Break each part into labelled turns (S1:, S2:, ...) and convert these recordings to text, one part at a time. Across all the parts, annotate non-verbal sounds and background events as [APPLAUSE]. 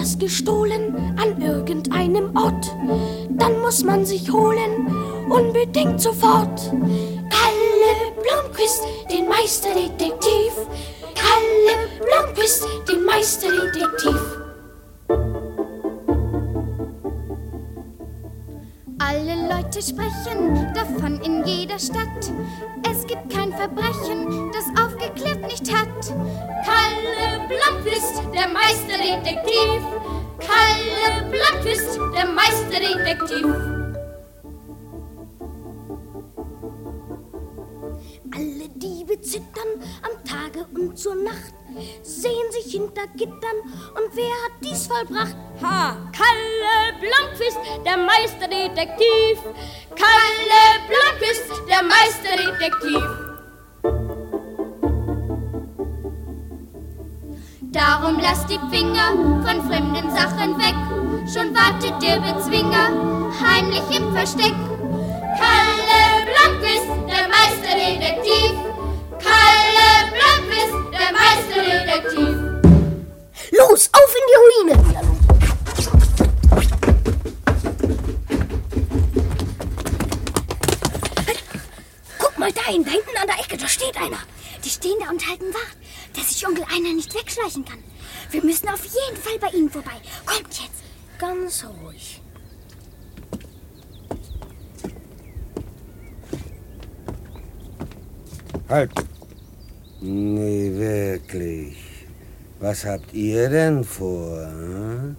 S1: es gestohlen an irgendeinem Ort. Dann muss man sich holen, unbedingt sofort. Kalle Blomquist, den Meisterdetektiv. Kalle Blomquist, den Meisterdetektiv.
S2: Alle Leute sprechen davon in jeder Stadt. Es gibt kein Verbrechen, das aufgeklärt nicht hat.
S3: Kalle Blomqvist, der Meisterdetektiv. Kalle Blomqvist, der Meisterdetektiv.
S1: Alle Diebe zittern am Tage und zur Nacht, sehen sich hinter Gittern und wer hat dies vollbracht?
S3: Ha! Kalle Blomqvist, der Meisterdetektiv. Kalle Blomqvist, der Meisterdetektiv.
S2: Darum lasst die Finger von fremden Sachen weg. Schon wartet der Bezwinger heimlich im Versteck.
S3: Kalle Blomqvist, der Meisterdetektiv. Kalle Blomqvist, der Meisterdetektiv.
S1: Los, auf in die Ruine! Guck mal dahin, da hinten an der Ecke, da steht einer.
S4: Die stehen da und halten Wacht, dass sich Onkel Einer nicht wegschleichen kann. Wir müssen auf jeden Fall bei ihnen vorbei. Kommt jetzt!
S1: Ganz ruhig.
S5: Halt! Nee, wirklich. Was habt ihr denn vor? Hm?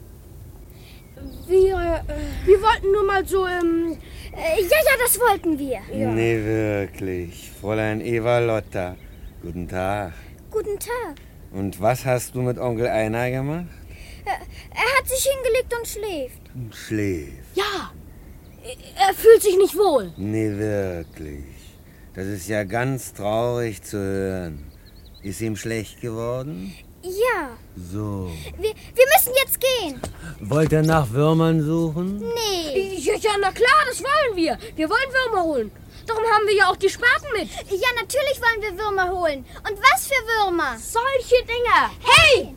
S6: Wir, äh, wir wollten nur mal so, ähm,
S4: Äh, ja, ja, das wollten wir.
S5: Nee, wirklich. Fräulein Eva Lotta. Guten Tag.
S4: Guten Tag.
S5: Und was hast du mit Onkel Einar gemacht?
S4: Er hat sich hingelegt und schläft.
S5: Schläf.
S6: ja, er fühlt sich nicht wohl.
S5: Nee, wirklich. Das ist ja ganz traurig zu hören. Ist ihm schlecht geworden?
S4: Ja,
S5: So.
S4: wir, wir müssen jetzt gehen.
S5: Wollt ihr nach Würmern suchen?
S4: Nee.
S6: Ja, ja, na klar, das wollen wir. Wir wollen Würmer holen. Darum haben wir ja auch die Spaten mit.
S4: Ja, natürlich wollen wir Würmer holen. Und was für Würmer?
S6: Solche Dinger.
S4: Hey!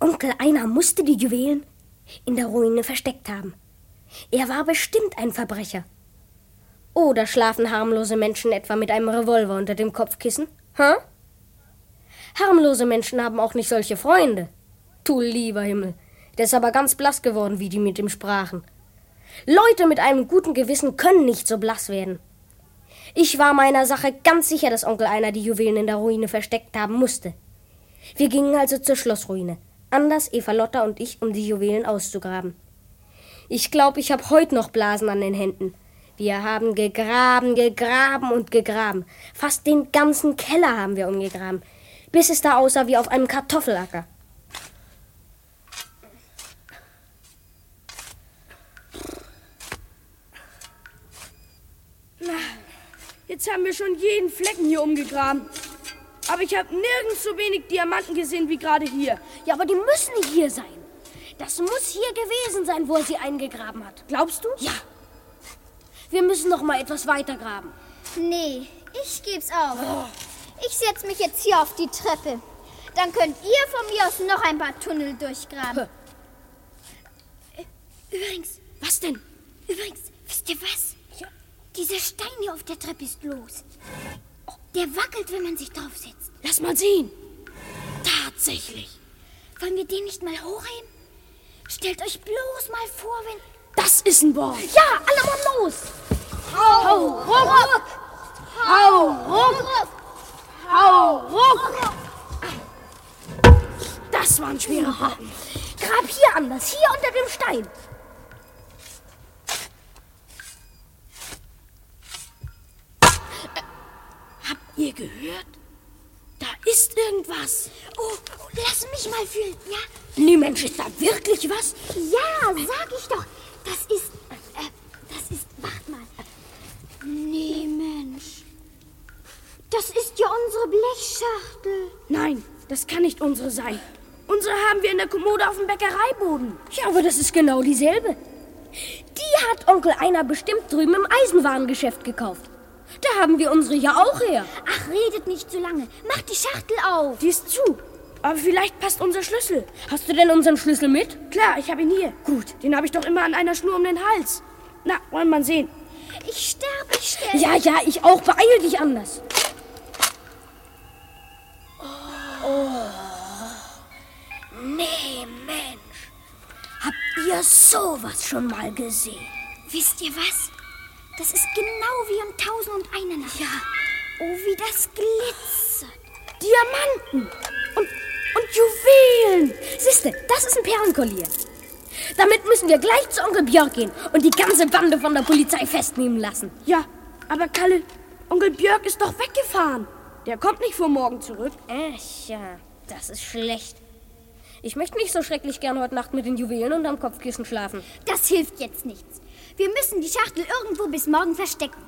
S1: Onkel Einer musste die Juwelen in der Ruine versteckt haben. Er war bestimmt ein Verbrecher. Oder schlafen harmlose Menschen etwa mit einem Revolver unter dem Kopfkissen? Hä? Harmlose Menschen haben auch nicht solche Freunde. Du lieber Himmel, der ist aber ganz blass geworden, wie die mit ihm sprachen. Leute mit einem guten Gewissen können nicht so blass werden. Ich war meiner Sache ganz sicher, dass Onkel Einer die Juwelen in der Ruine versteckt haben musste. Wir gingen also zur Schlossruine. Anders, Eva Lotta und ich, um die Juwelen auszugraben. Ich glaube, ich habe heute noch Blasen an den Händen. Wir haben gegraben, gegraben und gegraben. Fast den ganzen Keller haben wir umgegraben, bis es da aussah wie auf einem Kartoffelacker.
S6: Jetzt haben wir schon jeden Flecken hier umgegraben. Aber ich habe nirgends so wenig Diamanten gesehen wie gerade hier.
S1: Ja, aber die müssen nicht hier sein. Das muss hier gewesen sein, wo er sie eingegraben hat.
S6: Glaubst du?
S1: Ja. Wir müssen noch mal etwas weiter graben.
S4: Nee, ich geb's auf. Ich setz mich jetzt hier auf die Treppe. Dann könnt ihr von mir aus noch ein paar Tunnel durchgraben.
S2: Übrigens,
S1: Was denn?
S2: übrigens, wisst ihr was? Dieser Stein hier auf der Treppe ist los. Der wackelt, wenn man sich draufsetzt.
S1: Lass mal sehen. Tatsächlich.
S2: Wollen wir den nicht mal hochheben? Stellt euch bloß mal vor, wenn...
S1: Das ist ein Born.
S2: Ja, alle mal los! Hau ruck! Hau ruck! Hau ruck!
S1: Das waren schwere Haken. Grab hier anders, hier unter dem Stein. Habt ihr gehört? Da ist irgendwas.
S2: Oh, lass mich mal fühlen, ja?
S1: Nee, Mensch, ist da wirklich was?
S2: Ja, sag ich doch. Das ist. Äh, das ist. Wart mal. Nee, Mensch. Das ist ja unsere Blechschachtel.
S6: Nein, das kann nicht unsere sein. Unsere haben wir in der Kommode auf dem Bäckereiboden.
S1: Ja, aber das ist genau dieselbe. Die hat Onkel Einer bestimmt drüben im Eisenwarengeschäft gekauft.
S7: Da haben wir unsere ja auch her.
S2: Ach, redet nicht so lange. Macht die Schachtel auf.
S3: Die ist zu. Aber vielleicht passt unser Schlüssel.
S7: Hast du denn unseren Schlüssel mit?
S3: Klar, ich habe ihn hier. Gut. Den habe ich doch immer an einer Schnur um den Hals. Na, wollen wir mal sehen.
S2: Ich sterbe, ich sterbe.
S7: Ja, ja, ich auch. Beeil dich anders. Oh. Nee, Mensch. Habt ihr sowas schon mal gesehen?
S2: Wisst ihr was? Das ist genau wie um Tausend und eine Nacht. Ja. Oh, wie das glitzert.
S7: Diamanten und, und Juwelen. Siehste, das ist ein Perlenkollier. Damit müssen wir gleich zu Onkel Björk gehen und die ganze Bande von der Polizei festnehmen lassen.
S3: Ja, aber Kalle, Onkel Björk ist doch weggefahren. Der kommt nicht vor morgen zurück.
S7: Ach ja, das ist schlecht. Ich möchte nicht so schrecklich gern heute Nacht mit den Juwelen unterm Kopfkissen schlafen.
S2: Das hilft jetzt nichts. Wir müssen die Schachtel irgendwo bis morgen verstecken.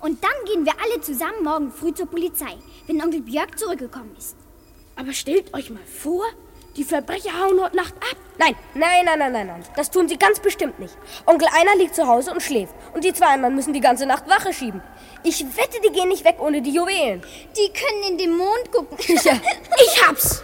S2: Und dann gehen wir alle zusammen morgen früh zur Polizei, wenn Onkel Björk zurückgekommen ist.
S3: Aber stellt euch mal vor, die Verbrecher hauen heute Nacht ab.
S7: Nein, nein, nein, nein, nein, nein. Das tun sie ganz bestimmt nicht. Onkel Einer liegt zu Hause und schläft. Und die zwei anderen müssen die ganze Nacht Wache schieben. Ich wette, die gehen nicht weg ohne die Juwelen.
S8: Die können in den Mond
S2: [LAUGHS]
S8: gucken.
S7: Tja, ich hab's.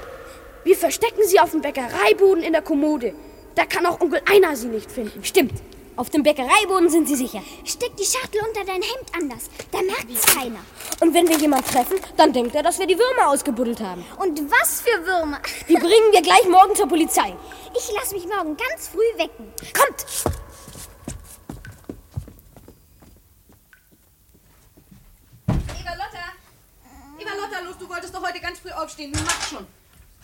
S3: Wir verstecken sie auf dem Bäckereiboden in der Kommode. Da kann auch Onkel Einer sie nicht finden.
S7: Stimmt. Auf dem Bäckereiboden sind sie sicher.
S2: Steck die Schachtel unter dein Hemd anders. Da merkt's keiner.
S7: Und wenn wir jemanden treffen, dann denkt er, dass wir die Würmer ausgebuddelt haben.
S8: Und was für Würmer.
S7: Die bringen wir gleich morgen zur Polizei.
S2: [LAUGHS] Ich lass mich morgen ganz früh wecken.
S7: Kommt!
S1: Eva Lotta! Eva Lotta, los, du wolltest doch heute ganz früh aufstehen. Du machst schon.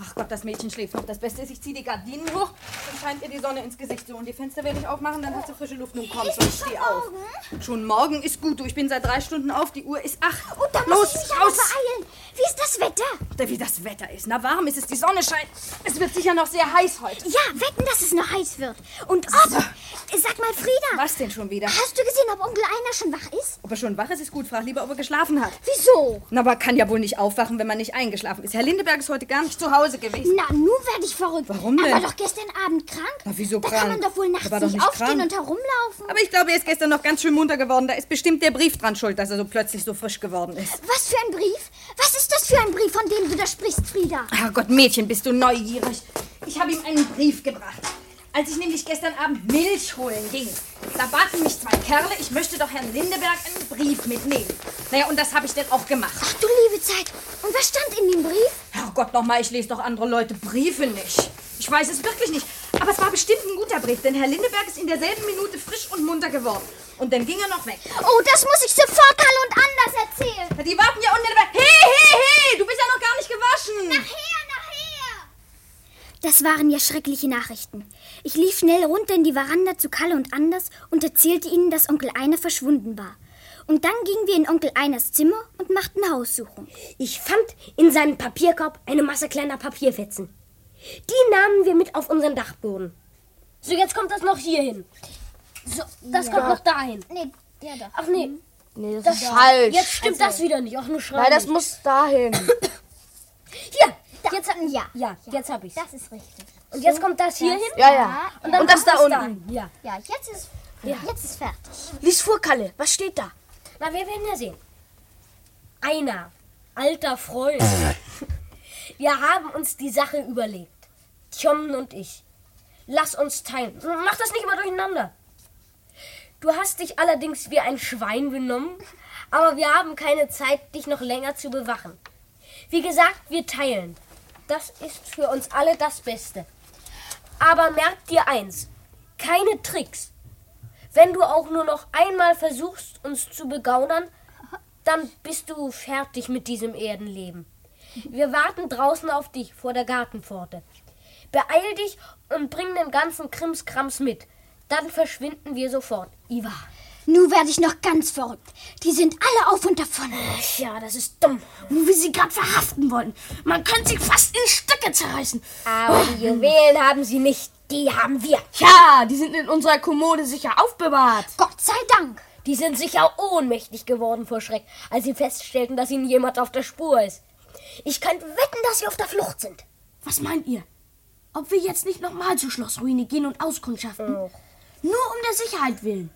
S1: Ach Gott, das Mädchen schläft noch. Das Beste ist, ich ziehe die Gardinen hoch, dann scheint ihr die Sonne ins Gesicht. So, und die Fenster werde ich aufmachen, dann hast du frische Luft. Nun komm, sonst steh auf. Schon morgen ist gut, du. Ich bin seit drei Stunden auf. Die Uhr ist acht.
S2: Oh, da muss
S1: los,
S2: ich mich aber
S1: raus!
S2: beeilen. Wie ist das Wetter?
S1: Oder wie das Wetter ist. Na, warm ist es, die Sonne scheint. Es wird sicher noch sehr heiß heute.
S2: Ja, wetten, dass es noch heiß wird. Und ob... Sag mal, Frieda.
S1: Was denn schon wieder?
S2: Hast du gesehen, ob Onkel Einer schon wach ist?
S1: Ob er schon wach ist, ist gut. Frag lieber, ob er geschlafen hat.
S2: Wieso?
S1: Na, aber kann ja wohl nicht aufwachen, wenn man nicht eingeschlafen ist. Herr Lindeberg ist heute gar nicht zu Hause gewesen.
S2: Na, nun werde ich verrückt.
S1: Warum
S2: Er war
S1: denn?
S2: doch gestern Abend krank.
S1: Na, wieso
S2: da
S1: krank?
S2: kann man doch wohl
S1: Er
S2: nachts
S1: war doch
S2: nicht
S1: nicht
S2: aufstehen
S1: krank.
S2: und herumlaufen.
S1: Aber ich glaube, er ist gestern noch ganz schön munter geworden. Da ist bestimmt der Brief dran schuld, dass er so plötzlich so frisch geworden ist.
S2: Was für ein Brief? Was ist das für ein Brief, von dem du da sprichst, Frieda?
S1: Herrgott, Oh Mädchen, bist du neugierig. Ich habe ihm einen Brief gebracht. Als ich nämlich gestern Abend Milch holen ging, da baten mich zwei Kerle, ich möchte doch Herrn Lindeberg einen Brief mitnehmen. Naja, und das habe ich denn auch gemacht. Oh
S2: Ach du liebe Zeit. Und was stand in dem Brief?
S1: Herrgott, nochmal, ich lese doch andere Leute Briefe nicht. Ich weiß es wirklich nicht. Aber es war bestimmt ein guter Brief, denn Herr Lindeberg ist in derselben Minute frisch und munter geworden. Und dann ging er noch weg.
S2: Oh, das muss ich sofort Karl und anders erzählen.
S1: Na, Die warten ja unten. in der Be- Hey, hey, hey, du bist ja noch gar nicht gewaschen.
S2: Nachher, nachher. Das waren ja schreckliche Nachrichten. Ich lief schnell runter in die Veranda zu Kalle und Anders und erzählte ihnen, dass Onkel Einer verschwunden war. Und dann gingen wir in Onkel Einers Zimmer und machten Haussuchung.
S7: Ich fand in seinem Papierkorb eine Masse kleiner Papierfetzen. Die nahmen wir mit auf unseren Dachboden. So, jetzt kommt das noch hier hin. So, das kommt noch dahin.
S8: Nee, der doch.
S7: Ach nee,
S6: Nee, das,
S7: das
S6: ist falsch.
S7: Jetzt stimmt
S1: Also.
S7: das wieder nicht. Ach, nur schreiben.
S6: Nein, das muss dahin.
S7: Hier,
S8: Jetzt hatten ja.
S7: ja, jetzt hab ich's.
S8: Das ist richtig.
S7: Und jetzt kommt das hier hin.
S6: Ja, ja.
S7: Und, dann
S6: Und das
S7: kommt
S6: da unten.
S7: hin. Ja.
S8: Ja, jetzt ist jetzt ist fertig.
S6: Lies vor, Kalle. Was steht da?
S7: Na, wir werden ja sehen. Einer, alter Freund. Wir haben uns die Sache überlegt. Tjommen und ich. Lass uns teilen. Mach das nicht immer durcheinander. Du hast dich allerdings wie ein Schwein benommen, aber wir haben keine Zeit, dich noch länger zu bewachen. Wie gesagt, wir teilen. Das ist für uns alle das Beste. Aber merk dir eins, keine Tricks. Wenn du auch nur noch einmal versuchst, uns zu begaunern, dann bist du fertig mit diesem Erdenleben. Wir warten draußen auf dich vor der Gartenpforte. Beeil dich und bring den ganzen Krimskrams mit. Dann verschwinden wir sofort. Iva.
S2: Nun werde ich noch ganz verrückt. Die sind alle auf und davon.
S7: Ja, das ist dumm.
S3: Nur wie sie gerade verhaften wollen. Man könnte sie fast in Stücke zerreißen.
S7: Aber die Juwelen haben sie nicht. Die haben wir.
S3: Oh. Ja, die sind in unserer Kommode sicher aufbewahrt.
S2: Gott sei Dank.
S7: Die sind sicher ohnmächtig geworden vor Schreck, als sie feststellten, dass ihnen jemand auf der Spur ist. Ich könnte wetten, dass sie auf der Flucht sind.
S3: Was meint ihr? Ob wir jetzt nicht nochmal zur Schlossruine gehen und auskundschaften? Nur um der Sicherheit willen.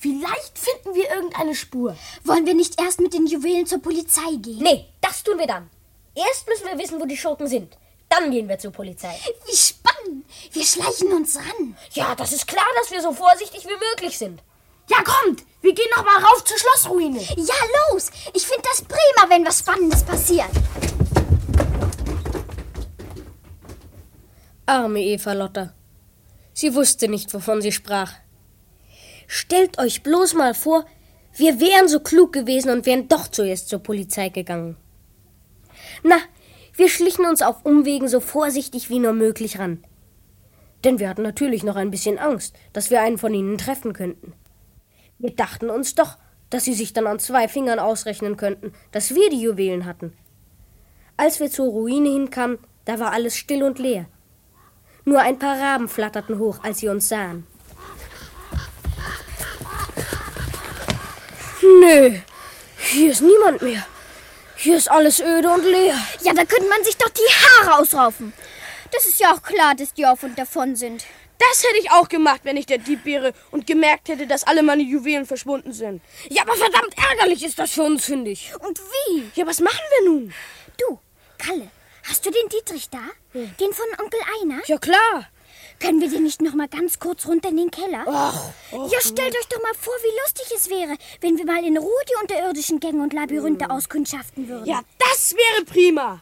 S3: Vielleicht finden wir irgendeine Spur.
S2: Wollen wir nicht erst mit den Juwelen zur Polizei gehen?
S1: Nee, das tun wir dann. Erst müssen wir wissen, wo die Schurken sind. Dann gehen wir zur Polizei.
S2: Wie spannend! Wir schleichen uns ran.
S1: Ja, das ist klar, dass wir so vorsichtig wie möglich sind.
S3: Ja, kommt! Wir gehen noch mal rauf zur Schlossruine.
S2: Ja, los! Ich finde das prima, wenn was Spannendes passiert.
S1: Arme Eva Lotta. Sie wusste nicht, wovon sie sprach. Stellt euch bloß mal vor, wir wären so klug gewesen und wären doch zuerst zur Polizei gegangen. Na, wir schlichen uns auf Umwegen so vorsichtig wie nur möglich ran. Denn wir hatten natürlich noch ein bisschen Angst, dass wir einen von ihnen treffen könnten. Wir dachten uns doch, dass sie sich dann an zwei Fingern ausrechnen könnten, dass wir die Juwelen hatten. Als wir zur Ruine hinkamen, da war alles still und leer. Nur ein paar Raben flatterten hoch, als sie uns sahen. Nö, hier ist niemand mehr. Hier ist alles öde und leer.
S2: Ja, da könnte man sich doch die Haare ausraufen.
S9: Das ist ja auch klar, dass die auf und davon sind.
S10: Das hätte ich auch gemacht, wenn ich der Dieb wäre und gemerkt hätte, dass alle meine Juwelen verschwunden sind.
S1: Ja, aber verdammt ärgerlich ist das für uns, finde ich.
S2: Und wie?
S10: Ja, was machen wir nun?
S2: Du, Kalle, hast du den Dietrich da?
S1: Hm.
S2: Den von Onkel Einer?
S10: Ja, klar.
S2: Können wir den nicht noch mal ganz kurz runter in den Keller? ja, stellt
S1: oh.
S2: euch doch mal vor, wie lustig es wäre, wenn wir mal in Ruhe die unterirdischen Gänge und Labyrinthe
S1: Hm.
S2: auskundschaften würden.
S10: Ja, das wäre prima.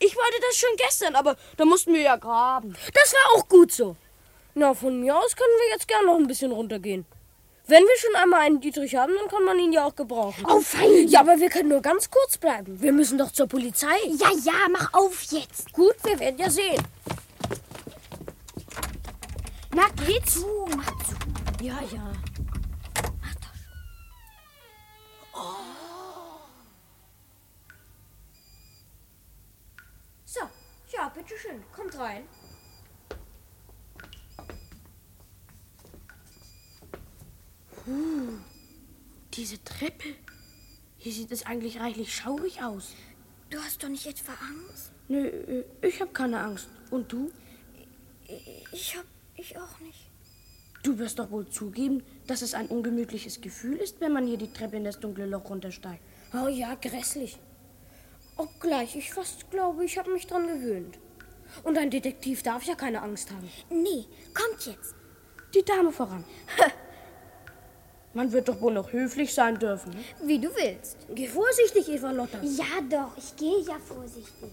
S10: Ich wollte das schon gestern, aber da mussten wir ja graben.
S1: Das war auch gut so. Na, von mir aus können wir jetzt gern noch ein bisschen runtergehen. Wenn wir schon einmal einen Dietrich haben, dann kann man ihn ja auch gebrauchen. Oh, fein. Ja, aber wir können nur ganz kurz bleiben. Wir müssen doch zur Polizei.
S2: Ja, ja, mach auf jetzt.
S1: Gut, wir werden ja sehen.
S2: Na, geh zu, mach zu.
S1: Ja, ja. So, ja, bitteschön. Kommt rein.
S3: Diese Treppe. Hier sieht es eigentlich reichlich schaurig aus.
S2: Du hast doch nicht etwa Angst?
S3: Nö, äh, ich habe keine Angst. Und du?
S2: Ich hab, ich auch nicht.
S3: Du wirst doch wohl zugeben, dass es ein ungemütliches Gefühl ist, wenn man hier die Treppe in das dunkle Loch runtersteigt.
S1: Oh ja, grässlich. Obgleich ich fast glaube, ich habe mich dran gewöhnt. Und ein Detektiv darf ja keine Angst haben.
S2: Nee, kommt jetzt.
S3: Die Dame voran.
S1: [LAUGHS]
S3: Man wird doch wohl noch höflich sein dürfen. ne?
S9: Wie du willst.
S1: Geh vorsichtig, Eva Lotta.
S2: Ja doch, ich gehe ja vorsichtig.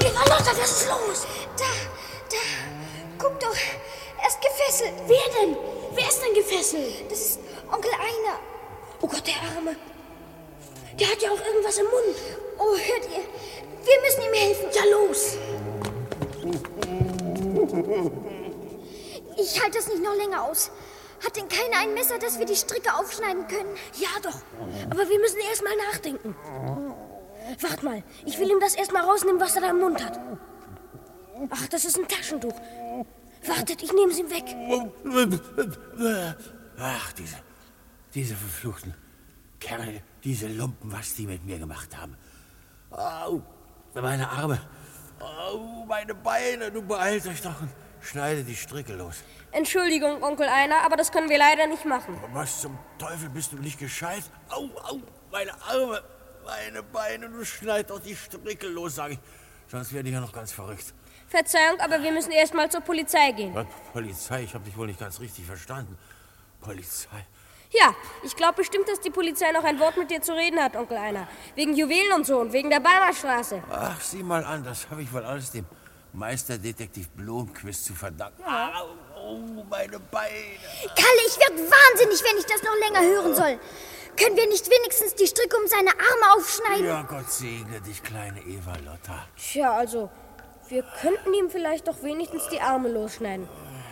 S9: Eva Lotta, was ist los? Da, da. Guck doch. Er ist gefesselt. Wer denn? Wer ist denn gefesselt? Das ist Onkel Einer.
S1: Oh Gott, der Arme. Der hat ja auch irgendwas im Mund.
S9: Oh, hört ihr? Wir müssen ihm helfen. Ja, los.
S2: Ich halte das nicht noch länger aus. Hat denn keiner ein Messer, dass wir die Stricke aufschneiden können?
S1: Ja doch. Aber wir müssen erst mal nachdenken. Wart mal, ich will ihm das erst mal rausnehmen, was er da im Mund hat. Ach, das ist ein Taschentuch. Wartet, ich nehme es ihm weg.
S11: Ach, diese, diese verfluchten Kerle, diese Lumpen, was die mit mir gemacht haben. Au, meine Arme, au, meine Beine, du beeilt euch doch und schneide die Stricke los.
S1: Entschuldigung, Onkel Einer, aber das können wir leider nicht machen.
S11: Was zum Teufel bist du nicht gescheit? Au, au, meine Arme, meine Beine, du schneid doch die Stricke los, sag ich. Sonst werde ich ja noch ganz verrückt.
S1: Verzeihung, aber wir müssen erst mal zur Polizei gehen.
S11: Was, Polizei, ich habe dich wohl nicht ganz richtig verstanden. Polizei.
S1: Ja, ich glaube bestimmt, dass die Polizei noch ein Wort mit dir zu reden hat, Onkel Einer. Wegen Juwelen und so und wegen der Balmerstraße.
S11: Ach, sieh mal an, das habe ich wohl alles dem Meisterdetektiv Blomquist zu verdanken. Au, oh, meine Beine.
S2: Kalle, ich werde wahnsinnig, wenn ich das noch länger hören soll. Können wir nicht wenigstens die Stricke um seine Arme aufschneiden?
S11: Ja, Gott segne dich, kleine Eva Lotta.
S1: Tja, also, wir könnten ihm vielleicht doch wenigstens die Arme losschneiden.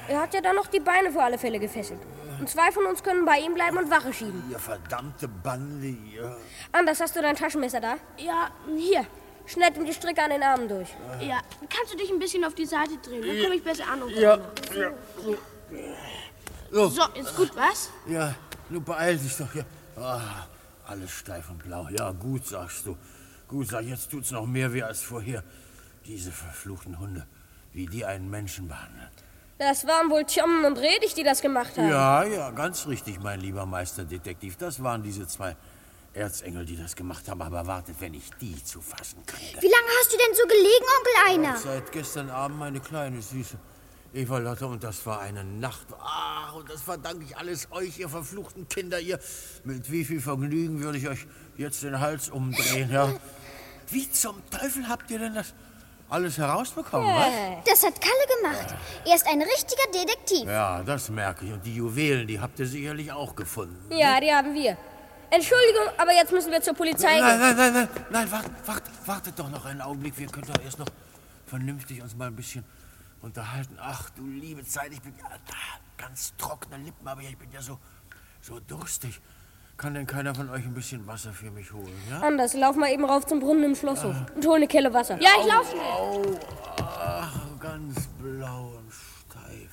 S1: Er hat ja dann noch die Beine für alle Fälle gefesselt. Und zwei von uns können bei ihm bleiben und Wache schieben.
S11: Ihr verdammte Bande, ihr.
S1: Anders hast du dein Taschenmesser da?
S3: Ja, hier.
S2: Schneid ihm die Stricke an den Armen durch.
S12: Ja, kannst du dich ein bisschen auf die Seite drehen? Dann komme ich besser an und
S13: Ja,
S12: guck
S13: ja.
S12: nach.
S13: So,
S12: So, ist gut, was?
S13: ja, nun beeil dich doch hier. Ah, alles steif und blau. Ja, gut, sagst du. Gut, sag, jetzt tut's noch mehr weh als vorher. Diese verfluchten Hunde, wie die einen Menschen behandeln.
S2: Das waren wohl Tjommen und Redig, die das gemacht haben.
S13: Ja, ja, ganz richtig, mein lieber Meisterdetektiv. Das waren diese zwei Erzengel, die das gemacht haben. Aber wartet, wenn ich die zu fassen kann.
S14: Wie lange hast du denn so gelegen, Onkel Einer?
S13: Seit gestern Abend meine kleine Süße. Eva Lotte, und das war eine Nacht. Ach, und das verdanke ich alles euch, ihr verfluchten Kinder, ihr. Mit wie viel Vergnügen würde ich euch jetzt den Hals umdrehen, ja? Wie zum Teufel habt ihr denn das alles herausbekommen, was?
S14: Das hat Kalle gemacht. Er ist ein richtiger Detektiv.
S13: Ja, das merke ich. Und die Juwelen, die habt ihr sicherlich auch gefunden.
S2: Ja, die haben wir. Entschuldigung, aber jetzt müssen wir zur
S13: Nein,
S2: Polizei gehen.
S13: nein, nein, nein, nein, wart, wart, wartet doch noch einen Augenblick. Wir können doch erst noch vernünftig uns mal ein bisschen unterhalten. Ach, du liebe Zeit, ich bin ja da, ganz trockene Lippen, aber ich bin ja so, so durstig. Kann denn keiner von euch ein bisschen Wasser für mich holen, ja?
S2: Anders, lauf mal eben rauf zum Brunnen im Schlosshof und hol eine Kelle Wasser.
S12: Ja, ich laufe schnell.
S13: Au, ach, ganz blau und steif.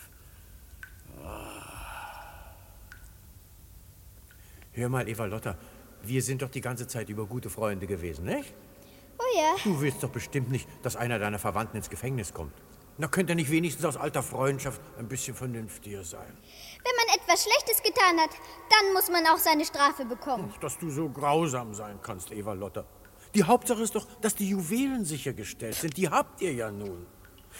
S11: Hör mal, Eva Lotta, wir sind doch die ganze Zeit über gute Freunde gewesen, nicht?
S14: Oh ja.
S11: Du willst doch bestimmt nicht, dass einer deiner Verwandten ins Gefängnis kommt. Na, könnte er nicht wenigstens aus alter Freundschaft ein bisschen vernünftiger sein?
S14: Wenn man etwas Schlechtes getan hat, dann muss man auch seine Strafe bekommen.
S11: Ach, dass du so grausam sein kannst, Eva Lotta. Die Hauptsache ist doch, dass die Juwelen sichergestellt sind. Die habt ihr ja nun.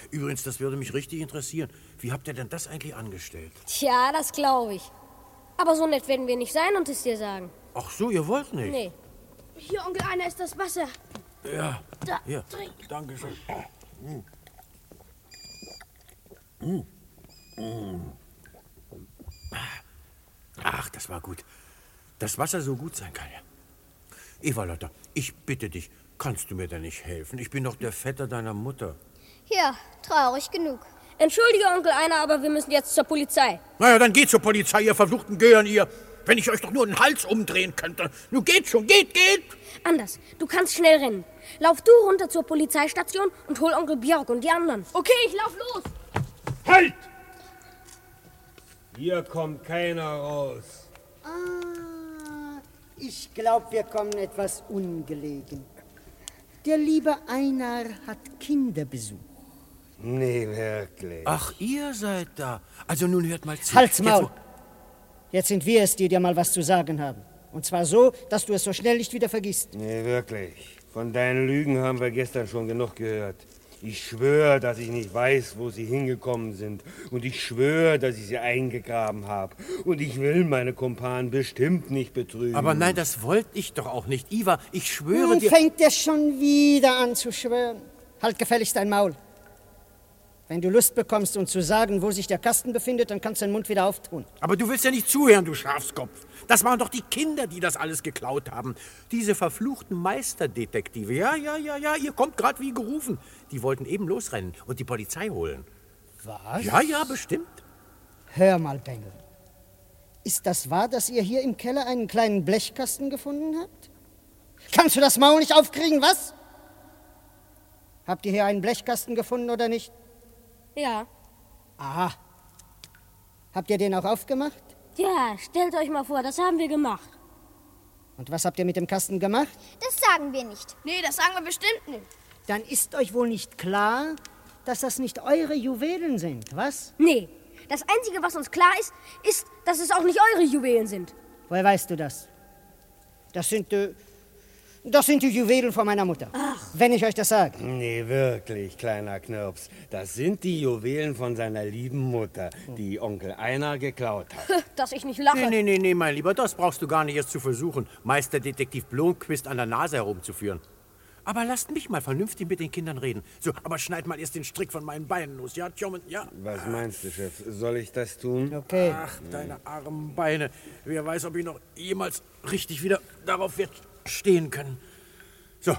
S11: Übrigens, das würde mich richtig interessieren. Wie habt ihr denn das eigentlich angestellt?
S2: Tja, das glaube ich. Aber so nett werden wir nicht sein und es dir sagen.
S11: Ach so, ihr wollt nicht?
S2: Nee.
S12: Hier, Onkel Einer, ist das Wasser.
S13: Ja,
S12: Da,
S13: hier,
S12: trink.
S13: danke schön.
S11: Ach, das war gut. Dass Wasser so gut sein kann, ja. Eva Lotta, ich bitte dich, kannst du mir da nicht helfen? Ich bin doch der Vetter deiner Mutter.
S14: Ja, traurig genug.
S2: Entschuldige, Onkel Einer, aber wir müssen jetzt zur Polizei.
S11: Naja, dann geht zur Polizei, ihr verfluchten Gören, ihr. Wenn ich euch doch nur den Hals umdrehen könnte. Nun geht schon, geht, geht.
S2: Anders, du kannst schnell rennen. Lauf du runter zur Polizeistation und hol Onkel Björk und die anderen.
S12: Oh.
S15: Okay, ich lauf los.
S16: Halt! Hier kommt keiner raus.
S17: Ah, ich glaube, wir kommen etwas ungelegen. Der liebe Einar hat Kinderbesuch.
S5: Nee, wirklich.
S11: Ah.
S13: Ach, ihr seid da. Also nun hört mal zu.
S17: Halt's
S13: Jetzt
S17: Maul!
S13: wo-
S17: Jetzt sind wir es, die dir mal was zu sagen haben. Und zwar so, dass du es so schnell nicht wieder vergisst.
S5: Nee, wirklich. Von deinen Lügen haben wir gestern schon genug gehört. Ich schwöre, dass ich nicht weiß, wo sie hingekommen sind. Und ich schwöre, dass ich sie eingegraben habe. Und ich will meine Kumpanen bestimmt nicht betrügen.
S11: Aber nein, das wollte ich doch auch nicht. Iva, ich schwöre
S17: Nun
S11: dir.
S17: fängt er schon wieder an zu schwören. Halt gefälligst dein Maul. Wenn du Lust bekommst, uns zu sagen, wo sich der Kasten befindet, dann kannst du den Mund wieder auftun.
S11: Aber du willst ja nicht zuhören, du Schafskopf. Das waren doch die Kinder, die das alles geklaut haben. Diese verfluchten Meisterdetektive. Ja, ja, ja, ja, ihr kommt gerade wie gerufen. Die wollten eben losrennen und die Polizei holen.
S17: Was?
S11: Ja, ja, bestimmt.
S17: Hör mal, Bengel. Ist das wahr, dass ihr hier im Keller einen kleinen Blechkasten gefunden habt? Kannst du das Maul nicht aufkriegen, was? Habt ihr hier einen Blechkasten gefunden oder nicht?
S2: Ja.
S17: Aha. Habt ihr den auch aufgemacht?
S2: Ja, stellt euch mal vor, das haben wir gemacht.
S17: Und was habt ihr mit dem Kasten gemacht?
S14: Das sagen wir nicht.
S12: Nee, das sagen wir bestimmt nicht.
S17: Dann ist euch wohl nicht klar, dass das nicht eure Juwelen sind, was?
S2: Nee. Das Einzige, was uns klar ist, ist, dass es auch nicht eure Juwelen sind.
S17: Woher weißt du das? Das sind, äh, das sind die Juwelen von meiner Mutter. Wenn ich euch das sage.
S5: Nee, wirklich, kleiner Knirps. Das sind die Juwelen von seiner lieben Mutter, die Onkel Einer geklaut hat.
S2: Dass ich nicht lache.
S11: Nee, nee, nee, nee, mein Lieber, das brauchst du gar nicht erst zu versuchen, Meisterdetektiv Blomquist an der Nase herumzuführen. Aber lasst mich mal vernünftig mit den Kindern reden. So, aber schneid mal erst den Strick von meinen Beinen los, ja, Tjommen, ja.
S5: Was meinst du, Chef? Soll ich das tun?
S17: Okay.
S11: Ach, deine armen Beine. Wer weiß, ob ich noch jemals richtig wieder darauf wird stehen können. So,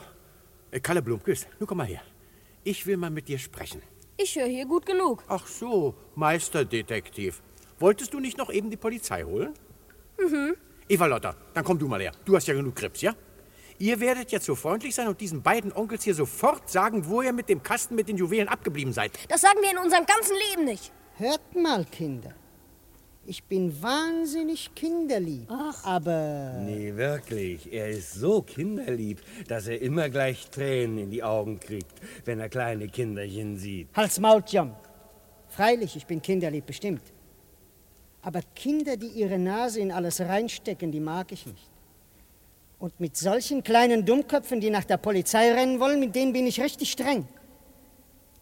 S11: äh, Kalle Blomquist, nun komm mal her. Ich will mal mit dir sprechen.
S2: Ich höre hier gut genug.
S11: Ach so, Meisterdetektiv. Wolltest du nicht noch eben die Polizei holen? Mhm. Eva Lotter, dann komm du mal her. Du hast ja genug Grips, ja? Ihr werdet jetzt so freundlich sein und diesen beiden Onkels hier sofort sagen, wo ihr mit dem Kasten mit den Juwelen abgeblieben seid.
S2: Das sagen wir in unserem ganzen Leben nicht.
S17: Hört mal, Kinder. Ich bin wahnsinnig kinderlieb. Aber.
S5: Nee, wirklich. Er ist so kinderlieb, dass er immer gleich Tränen in die Augen kriegt, wenn er kleine Kinderchen sieht.
S17: Halt's Maul, John. Freilich, ich bin kinderlieb, bestimmt. Aber Kinder, die ihre Nase in alles reinstecken, die mag ich nicht. Und mit solchen kleinen Dummköpfen, die nach der Polizei rennen wollen, mit denen bin ich richtig streng.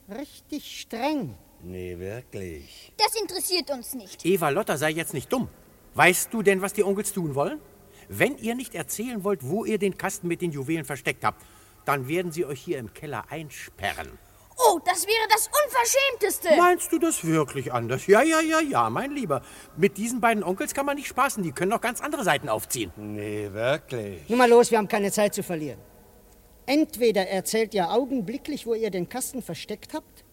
S17: Richtig streng.
S5: Nee, wirklich.
S14: Das interessiert uns nicht.
S11: Eva Lotta sei jetzt nicht dumm. Weißt du denn, was die Onkels tun wollen? Wenn ihr nicht erzählen wollt, wo ihr den Kasten mit den Juwelen versteckt habt, dann werden sie euch hier im Keller einsperren.
S18: Oh, das wäre das Unverschämteste.
S11: Meinst du das wirklich anders? Ja, ja, ja, ja, mein Lieber. Mit diesen beiden Onkels kann man nicht spaßen. Die können noch ganz andere Seiten aufziehen.
S5: Nee, wirklich.
S17: Nun mal los, wir haben keine Zeit zu verlieren. Entweder erzählt ihr augenblicklich, wo ihr den Kasten versteckt habt,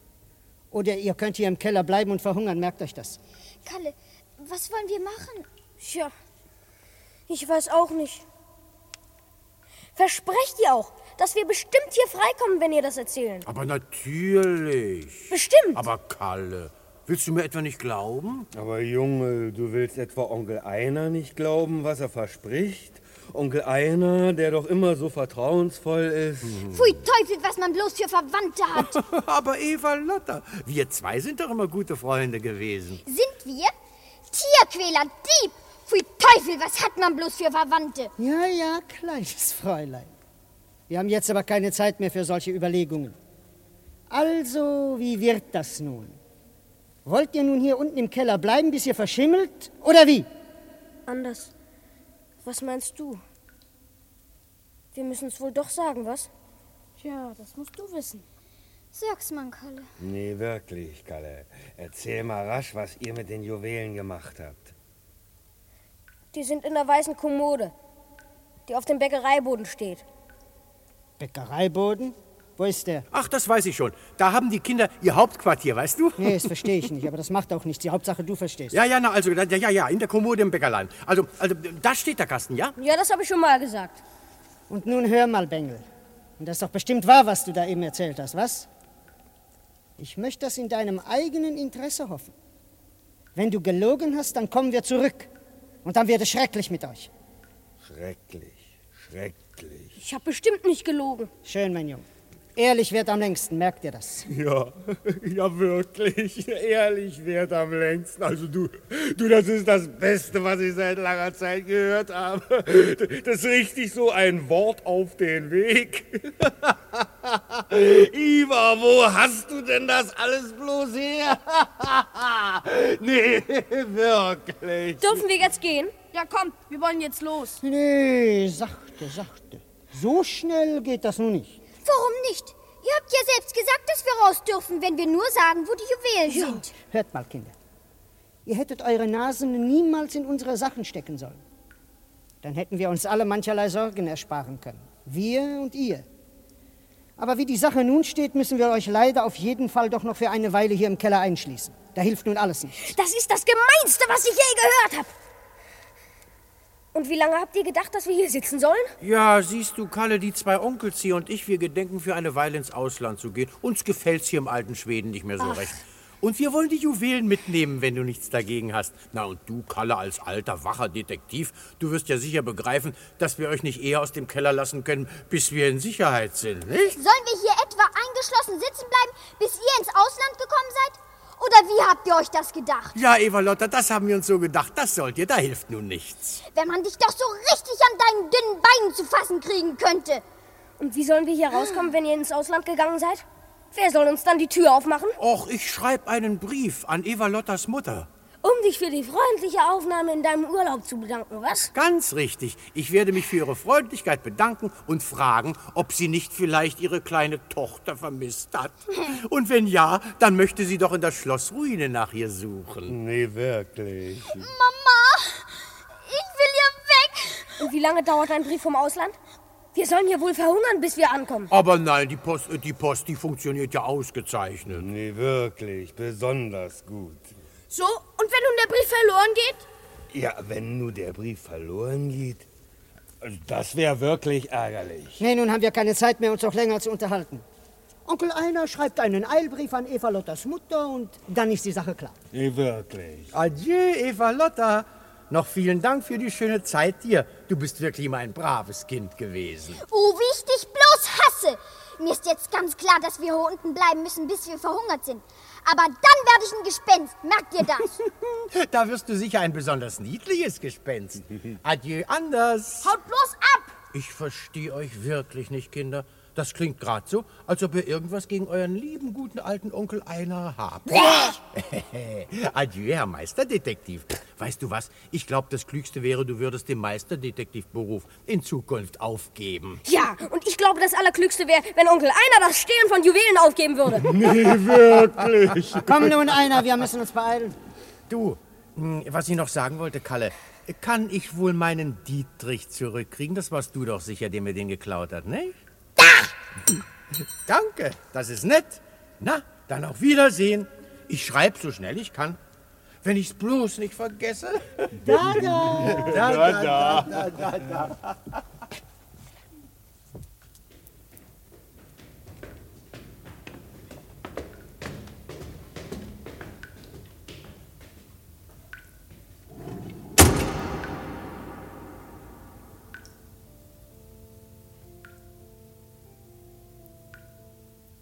S17: oder ihr könnt hier im Keller bleiben und verhungern, merkt euch das.
S14: Kalle, was wollen wir machen?
S2: Tja, ich weiß auch nicht. Versprecht ihr auch, dass wir bestimmt hier freikommen, wenn ihr das erzählen.
S11: Aber natürlich.
S2: Bestimmt.
S11: Aber Kalle, willst du mir etwa nicht glauben?
S5: Aber Junge, du willst etwa Onkel Einer nicht glauben, was er verspricht? Onkel Einer, der doch immer so vertrauensvoll ist.
S18: Mhm.
S14: Pfui Teufel, was man bloß für Verwandte hat.
S11: [LAUGHS] Aber Eva Lotta, wir zwei sind doch immer gute Freunde gewesen.
S14: Sind wir? Tierquäler, Dieb! Pfui Teufel, was hat man bloß für Verwandte?
S17: Ja, ja, kleines Fräulein. Wir haben jetzt aber keine Zeit mehr für solche Überlegungen. Also, wie wird das nun? Wollt ihr nun hier unten im Keller bleiben, bis ihr verschimmelt? Oder wie?
S2: Anders. Was meinst du? Wir müssen es wohl doch sagen, was?
S12: Tja, das musst du wissen.
S14: Sag's mal, Kalle.
S5: Nee, wirklich, Kalle. Erzähl mal rasch, was ihr mit den Juwelen gemacht habt.
S2: Die sind in der weißen Kommode, die auf dem Bäckereiboden steht.
S17: Bäckereiboden? Wo ist der?
S11: Ach, das weiß ich schon. Da haben die Kinder ihr Hauptquartier, weißt du?
S17: Nee, das verstehe ich nicht, aber das macht auch nichts. Die Hauptsache, du verstehst.
S11: Ja, ja, na, also, ja, ja, ja, in der Kommode im Bäckerlein. Also, also, da steht der Kasten, ja?
S2: Ja, das habe ich schon mal gesagt.
S17: Und nun hör mal, Bengel. Und das ist doch bestimmt wahr, was du da eben erzählt hast, was? Ich möchte das in deinem eigenen Interesse hoffen. Wenn du gelogen hast, dann kommen wir zurück. Und dann wird es schrecklich mit euch.
S5: Schrecklich, schrecklich.
S2: Ich habe bestimmt nicht gelogen.
S17: Schön, mein Junge. Ehrlich wird am längsten, merkt ihr das?
S5: Ja, [LAUGHS] ja wirklich. Ehrlich wert am längsten. Also du, du, das ist das Beste, was ich seit langer Zeit gehört habe. [LAUGHS] Das ist richtig so ein Wort auf den Weg. [LAUGHS] Iva, wo hast du denn das alles bloß her? [LAUGHS] nee, wirklich.
S2: Dürfen wir jetzt gehen?
S15: Ja, komm, wir wollen jetzt los.
S17: Nee, sachte, sachte. So schnell geht das nun nicht.
S14: Warum nicht? Ihr habt ja selbst gesagt, dass wir raus dürfen, wenn wir nur sagen, wo die Juwelen sind.
S17: Hört mal, Kinder. Ihr hättet eure Nasen niemals in unsere Sachen stecken sollen. Dann hätten wir uns alle mancherlei Sorgen ersparen können. Wir und ihr. Aber wie die Sache nun steht, müssen wir euch leider auf jeden Fall doch noch für eine Weile hier im Keller einschließen. Da hilft nun alles nicht.
S2: Das ist das Gemeinste, was ich je gehört habe. Und wie lange habt ihr gedacht, dass wir hier sitzen sollen?
S11: Ja, siehst du, Kalle, die zwei Onkels hier und ich, wir gedenken für eine Weile ins Ausland zu gehen. Uns gefällt's hier im alten Schweden nicht mehr so
S2: Ach.
S11: recht. Und wir wollen die Juwelen mitnehmen, wenn du nichts dagegen hast. Na und du, Kalle, als alter, wacher Detektiv, du wirst ja sicher begreifen, dass wir euch nicht eher aus dem Keller lassen können, bis wir in Sicherheit sind, nicht?
S14: Sollen wir hier etwa eingeschlossen sitzen bleiben, bis ihr ins Ausland gekommen seid? Oder wie habt ihr euch das gedacht?
S11: Ja, Eva Lotta, das haben wir uns so gedacht. Das sollt ihr, da hilft nun nichts.
S14: Wenn man dich doch so richtig an deinen dünnen Beinen zu fassen kriegen könnte.
S2: Und wie sollen wir hier rauskommen, wenn ihr ins Ausland gegangen seid? Wer soll uns dann die Tür aufmachen?
S11: Och, ich schreibe einen Brief an Eva Lottas Mutter.
S2: Um dich für die freundliche Aufnahme in deinem Urlaub zu bedanken, was?
S11: Ganz richtig. Ich werde mich für Ihre Freundlichkeit bedanken und fragen, ob sie nicht vielleicht ihre kleine Tochter vermisst hat.
S19: Hm.
S11: Und wenn ja, dann möchte sie doch in der Schlossruine nach ihr suchen.
S5: Nee, wirklich.
S14: Mama, ich will hier weg.
S2: Und wie lange dauert ein Brief vom Ausland? Wir sollen hier wohl verhungern, bis wir ankommen.
S11: Aber nein, die Post, äh, die Post, die funktioniert ja ausgezeichnet.
S5: Nee, wirklich. Besonders gut.
S15: So, und wenn nun der Brief verloren geht?
S5: Ja, wenn nur der Brief verloren geht.
S20: Also das wäre wirklich ärgerlich.
S17: Nee, nun haben wir keine Zeit mehr, uns noch länger zu unterhalten. Onkel Einer schreibt einen Eilbrief an Eva Lottas Mutter und dann ist die Sache klar.
S20: Nee, wirklich.
S19: Adieu, Eva Lotta. Noch vielen Dank für die schöne Zeit dir. Du bist wirklich immer ein braves Kind
S11: [LAUGHS]
S19: gewesen.
S18: Oh, wie ich dich bloß hasse! Mir ist jetzt ganz klar, dass wir hier unten bleiben müssen, bis wir verhungert sind. Aber dann werde ich ein Gespenst, merkt ihr das?
S19: Da wirst du sicher ein besonders niedliches
S11: [LAUGHS]
S19: Gespenst. Adieu, anders.
S18: Haut bloß ab!
S19: Ich verstehe euch wirklich nicht, Kinder. Das klingt gerade so, als ob ihr irgendwas gegen euren lieben, guten alten Onkel Einer habt. [LAUGHS] Adieu, Herr Meisterdetektiv. Weißt du was? Ich glaube, das Klügste wäre, du würdest den Meisterdetektivberuf in Zukunft aufgeben.
S2: Ja, und ich glaube, das Allerklügste wäre, wenn Onkel einer das Stehlen von Juwelen aufgeben würde.
S20: Nee,
S5: [LAUGHS]
S20: wirklich.
S17: Komm nun, Einer, wir müssen uns beeilen.
S19: Du, mh, was ich noch sagen wollte, Kalle. Kann ich wohl meinen Dietrich zurückkriegen? Das warst du doch sicher, der mir den geklaut hat, ne? Da! Danke, das ist nett. Na, dann auf Wiedersehen. Ich schreibe so schnell ich kann. Wenn ich's bloß nicht vergesse.
S17: Da,
S19: da.
S21: Da,
S19: da,
S21: da.
S19: da, da, da.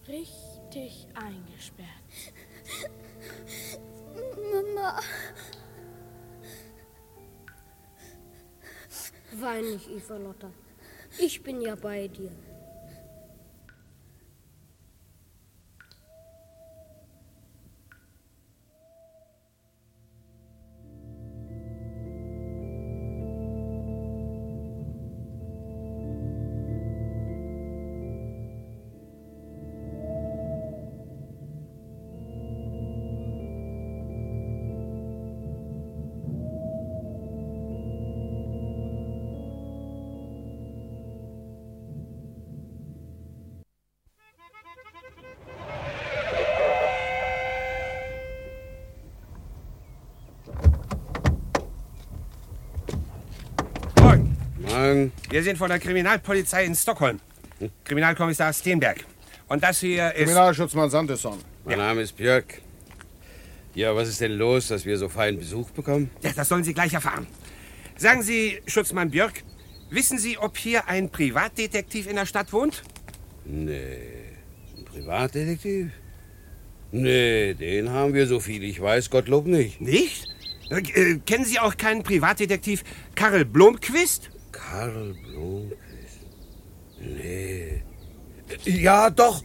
S3: Richtig eingesperrt.
S18: Mama.
S22: Wein nicht, Eva Lotta. Ich bin ja bei dir.
S11: Mann. Wir sind von der Kriminalpolizei in Stockholm. Kriminalkommissar Steenberg. Und das hier ist.
S5: Kriminalschutzmann Sanderson.
S11: Mein Name ist Björk. Ja, was ist denn los, dass wir so feinen Besuch bekommen? Ja, das sollen Sie gleich erfahren. Sagen Sie, Schutzmann Björk, wissen Sie, ob hier ein Privatdetektiv in der Stadt wohnt?
S5: Nee, ein Privatdetektiv? Nee, den haben wir, so viel ich weiß, Gottlob nicht.
S11: Nicht? Äh, kennen Sie auch keinen Privatdetektiv Karl Blomquist?
S5: Karl Blomquist? Nee. Ja, doch.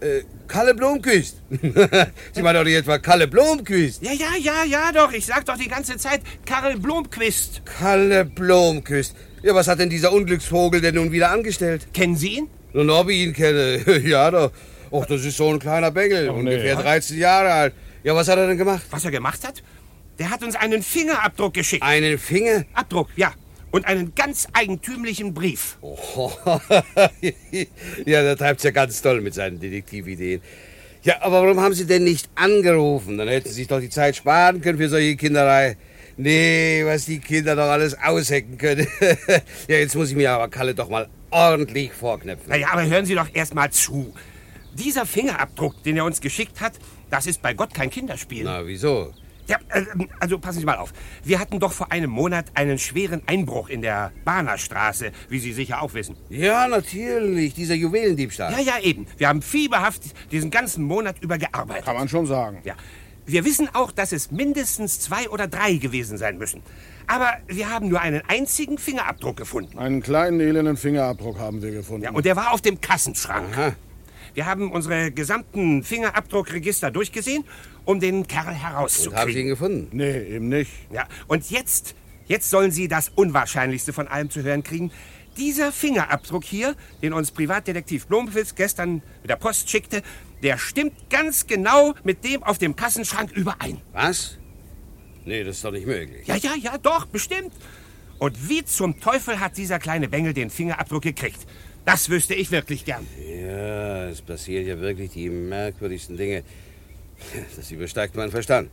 S5: Äh, Kalle Blomquist. [LAUGHS] Sie meinen doch nicht etwa Kalle Blomquist?
S11: Ja, ja, ja, ja, doch. Ich sag doch die ganze Zeit Karl Blomquist.
S5: Kalle Blomquist. Ja, was hat denn dieser Unglücksvogel denn nun wieder angestellt?
S11: Kennen Sie ihn?
S5: Nun, ob ich ihn kenne. [LAUGHS] ja, doch. Och, das ist so ein kleiner Bengel,
S11: Ach, nee.
S5: ungefähr 13 Jahre alt. Ja, was hat er denn gemacht?
S11: Was er gemacht hat? Der hat uns einen Fingerabdruck geschickt.
S5: Einen Finger? [LAUGHS]
S11: Abdruck, ja. Und einen ganz eigentümlichen Brief.
S5: ja, der treibt's ja ganz toll mit seinen Detektivideen. Ja, aber warum haben Sie denn nicht angerufen? Dann hätten Sie sich doch die Zeit sparen können für solche Kinderei. Nee, was die Kinder doch alles aushecken können. [LAUGHS] ja, jetzt muss ich mir aber Kalle doch mal ordentlich vorknöpfen.
S11: Naja, aber hören Sie doch erst mal zu. Dieser Fingerabdruck, den er uns geschickt hat, das ist bei Gott kein Kinderspiel.
S5: Na, wieso?
S11: Ja, äh, also passen Sie mal auf. Wir hatten doch vor einem Monat einen schweren Einbruch in der Bahnerstraße, wie Sie sicher auch wissen.
S5: Ja, natürlich, dieser Juwelendiebstahl.
S11: Ja, ja, eben. Wir haben fieberhaft diesen ganzen Monat über gearbeitet. Kann
S5: man schon sagen.
S11: Ja. Wir wissen auch, dass es mindestens zwei oder drei gewesen sein müssen. Aber wir haben nur einen einzigen Fingerabdruck gefunden.
S5: Einen kleinen elenden Fingerabdruck haben wir gefunden.
S11: Ja, und der war auf dem Kassenschrank. hm? Wir haben unsere gesamten Fingerabdruckregister durchgesehen, um den Kerl herauszukriegen.
S5: haben Sie ihn gefunden? Nee, eben nicht.
S11: Ja, und jetzt, jetzt sollen Sie das Unwahrscheinlichste von allem zu hören kriegen. Dieser Fingerabdruck hier, den uns Privatdetektiv Blomqvist gestern mit der Post schickte, der stimmt ganz genau mit dem auf dem Kassenschrank überein.
S5: Was? Nee, das ist doch nicht möglich.
S11: Ja, ja, ja, doch, bestimmt. Und wie zum Teufel hat dieser kleine Bengel den Fingerabdruck gekriegt? Das wüsste ich wirklich gern.
S5: Ja, es passieren ja wirklich die merkwürdigsten Dinge. [LAUGHS] Das übersteigt meinen Verstand.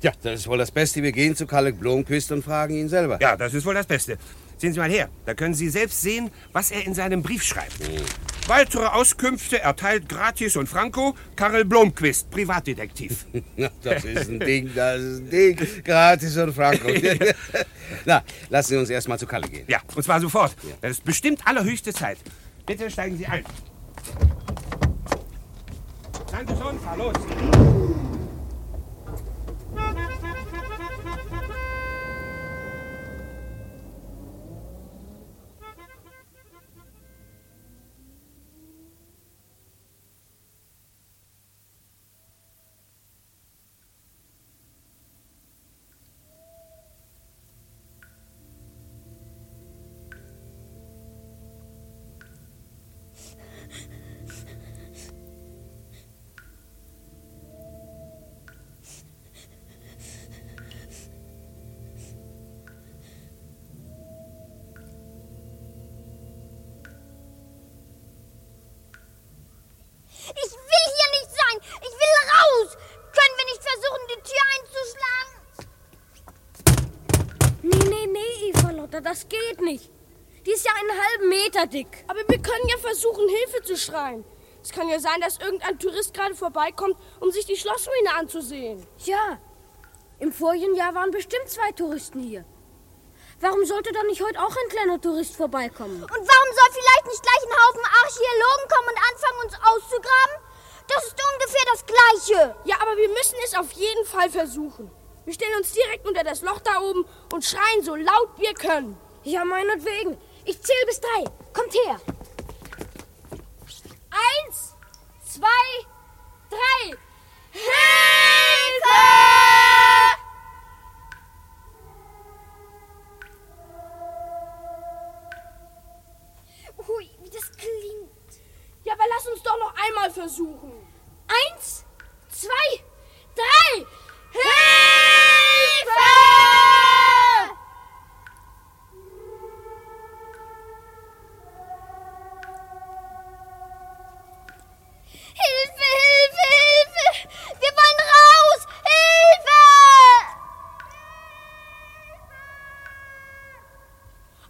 S5: Tja, das ist wohl das Beste. Wir gehen zu Kalle Blomquist und fragen ihn selber.
S11: Ja, das ist wohl das Beste.
S6: Sehen Sie mal her, da können Sie selbst sehen, was er in seinem Brief schreibt.
S11: Oh.
S6: Weitere Auskünfte erteilt gratis und Franco Karl Blomquist, Privatdetektiv.
S23: Das ist ein Ding, das ist ein Ding. Gratis und Franco. Na, lassen Sie uns erstmal zu Kalle gehen.
S6: Ja, und zwar sofort. Das ist bestimmt allerhöchste Zeit. Bitte steigen Sie ein. Seien gesund, fahr los.
S18: Ich will hier nicht sein. Ich will raus. Können wir nicht versuchen, die Tür einzuschlagen?
S2: Nee, nee, nee, Eva Lotta, das geht nicht. Die ist ja einen halben Meter dick.
S15: Aber wir können ja versuchen, Hilfe zu schreien. Es kann ja sein, dass irgendein Tourist gerade vorbeikommt, um sich die Schlossruine anzusehen.
S2: Ja, im vorigen Jahr waren bestimmt zwei Touristen hier. Warum sollte da nicht heute auch ein kleiner Tourist vorbeikommen?
S18: Und warum soll vielleicht nicht gleich ein Haufen Archäologen kommen und anfangen, uns auszugraben? Das ist ungefähr das Gleiche.
S15: Ja, aber wir müssen es auf jeden Fall versuchen. Wir stellen uns direkt unter das Loch da oben und schreien so laut wir können.
S2: Ja, meinetwegen. Ich zähle bis drei. Kommt her.
S3: Eins, zwei, drei.
S18: Hui, wie das klingt.
S15: Ja, aber lass uns doch noch einmal versuchen.
S3: Eins, zwei, drei.
S18: Hilfe, Hilfe, Hilfe! Wir wollen raus! Hilfe!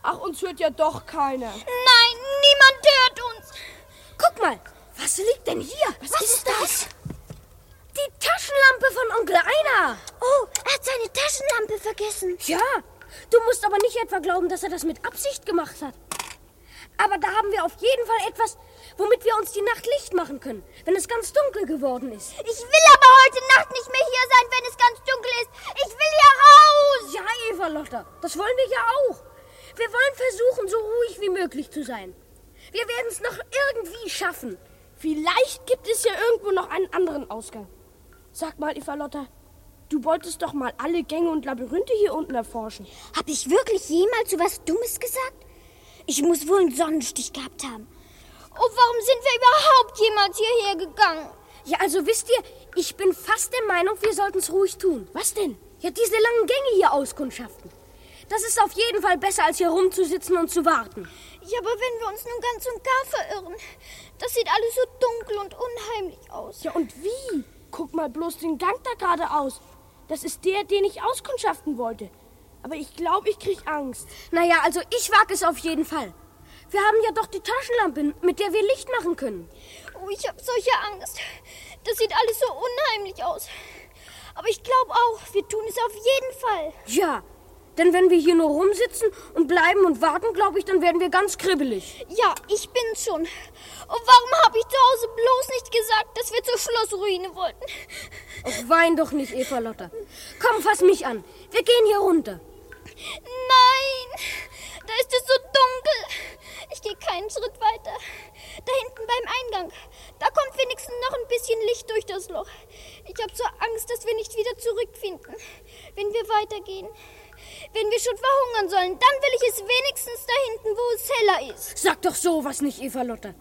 S15: Ach, uns hört ja doch keiner.
S18: Nein, niemand hört uns.
S2: Guck mal, was liegt denn hier? Was, ist das? Die Taschenlampe von Onkel Einer.
S18: Oh, er hat seine Taschenlampe vergessen.
S2: Ja, du musst aber nicht etwa glauben, dass er das mit Absicht gemacht hat. Aber da haben wir auf jeden Fall etwas, womit wir uns die Nacht Licht machen können, wenn es ganz dunkel geworden ist.
S18: Ich will aber heute Nacht nicht mehr hier sein, wenn es ganz dunkel ist. Ich will hier raus.
S2: Oh Ja, Eva Lotta, das wollen wir ja auch. Wir wollen versuchen, so ruhig wie möglich zu sein. Wir werden es noch irgendwie schaffen.
S15: Vielleicht gibt es ja irgendwo noch einen anderen Ausgang. Sag mal, Eva Lotta, du wolltest doch mal alle Gänge und Labyrinthe hier unten erforschen.
S14: Habe ich wirklich jemals so was Dummes gesagt? Ich muss wohl einen Sonnenstich gehabt haben.
S18: Oh, warum sind wir überhaupt jemals hierher gegangen?
S2: Ja, also wisst ihr, ich bin fast der Meinung, wir sollten es ruhig tun.
S15: Was denn?
S2: Ja, diese langen Gänge hier auskundschaften. Das ist auf jeden Fall besser, als hier rumzusitzen und zu warten.
S18: Ja, aber wenn wir uns nun ganz und gar verirren, das sieht alles so dunkel und unheimlich aus.
S15: Ja, und wie? Guck mal bloß den Gang da gerade aus. Das ist der, den ich auskundschaften wollte. Aber ich glaube, ich krieg Angst.
S2: Naja, also ich wage es auf jeden Fall. Wir haben ja doch die Taschenlampe, mit der wir Licht machen können.
S18: Oh, ich habe solche Angst. Das sieht alles so unheimlich aus. Aber ich glaube auch, wir tun es auf jeden Fall.
S2: Ja, denn wenn wir hier nur rumsitzen und bleiben und warten, glaube ich, dann werden wir ganz kribbelig.
S18: Ja, ich bin's schon. Und warum habe ich zu Hause bloß nicht gesagt, dass wir zur Schlossruine wollten?
S2: Och, wein doch nicht, Eva Lotta. Komm, fass mich an. Wir gehen hier runter.
S18: Nein, da ist es so dunkel. Ich gehe keinen Schritt weiter. Da hinten beim Eingang. Da kommt wenigstens noch ein bisschen Licht durch das Loch. Ich habe so Angst, dass wir nicht wieder zurückfinden, wenn wir weitergehen. Wenn wir schon verhungern sollen, dann will ich es wenigstens da hinten, wo es heller ist.
S2: Sag doch sowas nicht, Eva Lotta.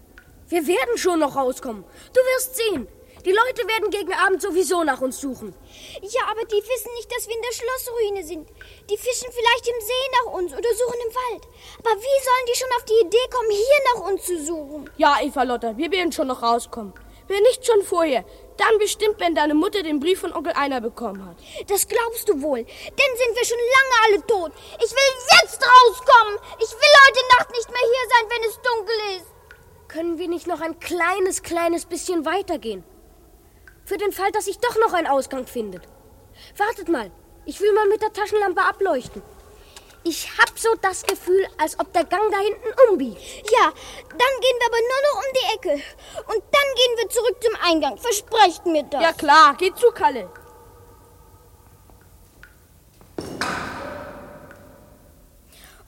S2: Wir werden schon noch rauskommen. Du wirst sehen. Die Leute werden gegen Abend sowieso nach uns suchen.
S18: Ja, aber die wissen nicht, dass wir in der Schlossruine sind. Die fischen vielleicht im See nach uns oder suchen im Wald. Aber wie sollen die schon auf die Idee kommen, hier nach uns zu suchen?
S15: Ja, Eva Lotta, wir werden schon noch rauskommen. Wenn nicht schon vorher,
S24: Dann bestimmt, wenn deine Mutter den Brief von Onkel Einer bekommen hat.
S3: Das glaubst du wohl. Denn sind wir schon lange alle tot. Ich will jetzt rauskommen. Ich will heute Nacht nicht mehr hier sein, wenn es dunkel ist.
S2: Können wir nicht noch ein kleines, kleines bisschen weitergehen? Für den Fall, dass sich doch noch ein Ausgang findet. Wartet mal, ich will mal mit der Taschenlampe ableuchten. Ich hab so das Gefühl, als ob der Gang da hinten umbiegt.
S3: Ja, dann gehen wir aber nur noch um die Ecke. Und dann gehen wir zurück zum Eingang. Versprecht mir das.
S24: Ja klar, geh zu, Kalle.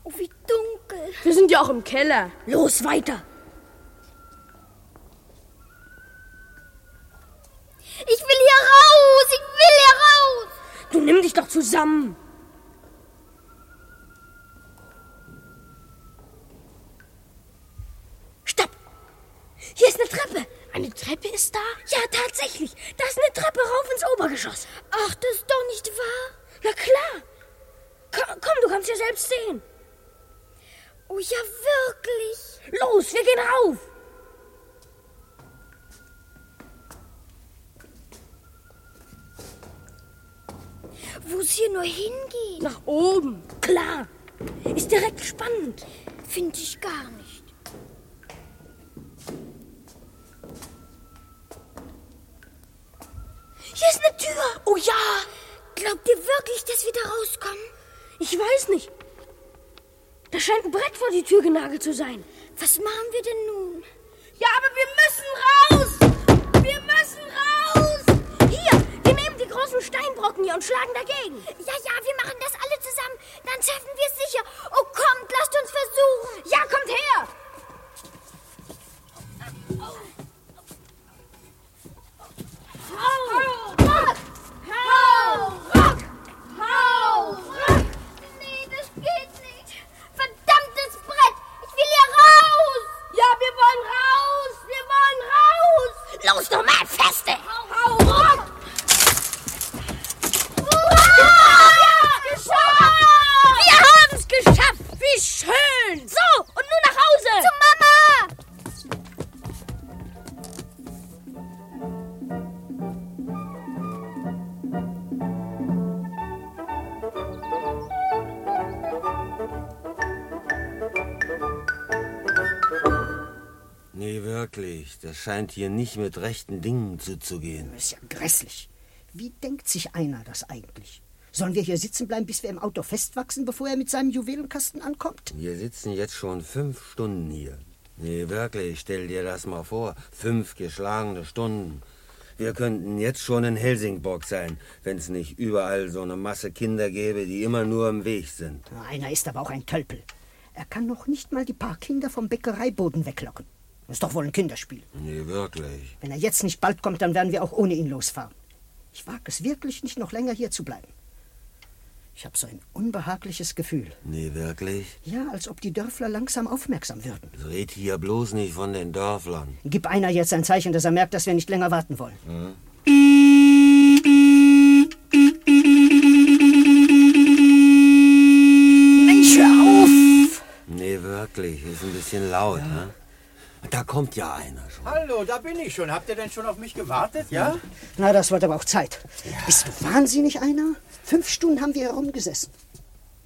S3: Oh, wie dunkel.
S24: Wir sind ja auch im Keller.
S2: Los, weiter.
S3: Ich will hier raus. Ich will hier raus.
S2: Du nimm dich doch zusammen. Stopp! Hier ist eine Treppe.
S24: Eine Treppe ist da?
S2: Ja, tatsächlich. Da ist eine Treppe rauf ins Obergeschoss.
S3: Ach, das ist doch nicht wahr.
S2: Na klar. Komm, komm du kannst ja selbst sehen.
S3: Oh ja, wirklich.
S2: Los, wir gehen rauf.
S3: Wo es hier nur hingeht.
S24: Nach oben.
S2: Klar. Ist direkt spannend.
S3: Finde ich gar nicht.
S2: Hier ist eine Tür.
S3: Oh ja. Glaubt ihr wirklich, dass wir da rauskommen?
S2: Ich weiß nicht. Da scheint ein Brett vor die Tür genagelt zu sein.
S3: Was machen wir denn nun?
S25: Ja, aber wir müssen raus. Wir müssen raus.
S2: Hier, wir nehmen die großen Steinbrocken hier und schlagen dagegen.
S3: Ja, ja, wir machen das alle zusammen. Dann schaffen wir es sicher. Oh, kommt, lasst uns versuchen.
S25: Ja, kommt her.
S5: Das scheint hier nicht mit rechten Dingen zuzugehen.
S17: Das ist ja grässlich. Wie denkt sich einer das eigentlich? Sollen wir hier sitzen bleiben, bis wir im Auto festwachsen, bevor er mit seinem Juwelenkasten ankommt?
S5: Wir sitzen jetzt schon fünf Stunden hier. Nee, wirklich, stell dir das mal vor. Fünf geschlagene Stunden. Wir könnten jetzt schon in Helsingborg sein, wenn es nicht überall so eine Masse Kinder gäbe, die immer nur im Weg sind.
S17: Einer ist aber auch ein Tölpel. Er kann noch nicht mal die paar Kinder vom Bäckereiboden weglocken. Das ist doch wohl ein Kinderspiel.
S5: Nee, wirklich.
S17: Wenn er jetzt nicht bald kommt, dann werden wir auch ohne ihn losfahren. Ich wage es wirklich nicht, noch länger hier zu bleiben. Ich habe so ein unbehagliches Gefühl.
S5: Nee, wirklich?
S17: Ja, als ob die Dörfler langsam aufmerksam würden.
S5: Red hier bloß nicht von den Dörflern.
S17: Gib einer jetzt ein Zeichen, dass er merkt, dass wir nicht länger warten wollen. Hm? Mensch, hör auf!
S5: Nee, wirklich. Ist ein bisschen laut, ja. ne? Da kommt ja einer schon.
S11: Hallo, da bin ich schon. Habt ihr denn schon auf mich gewartet, ja?
S17: Na, das wird aber auch Zeit. Ja. Bist du wahnsinnig, einer? Fünf Stunden haben wir herumgesessen.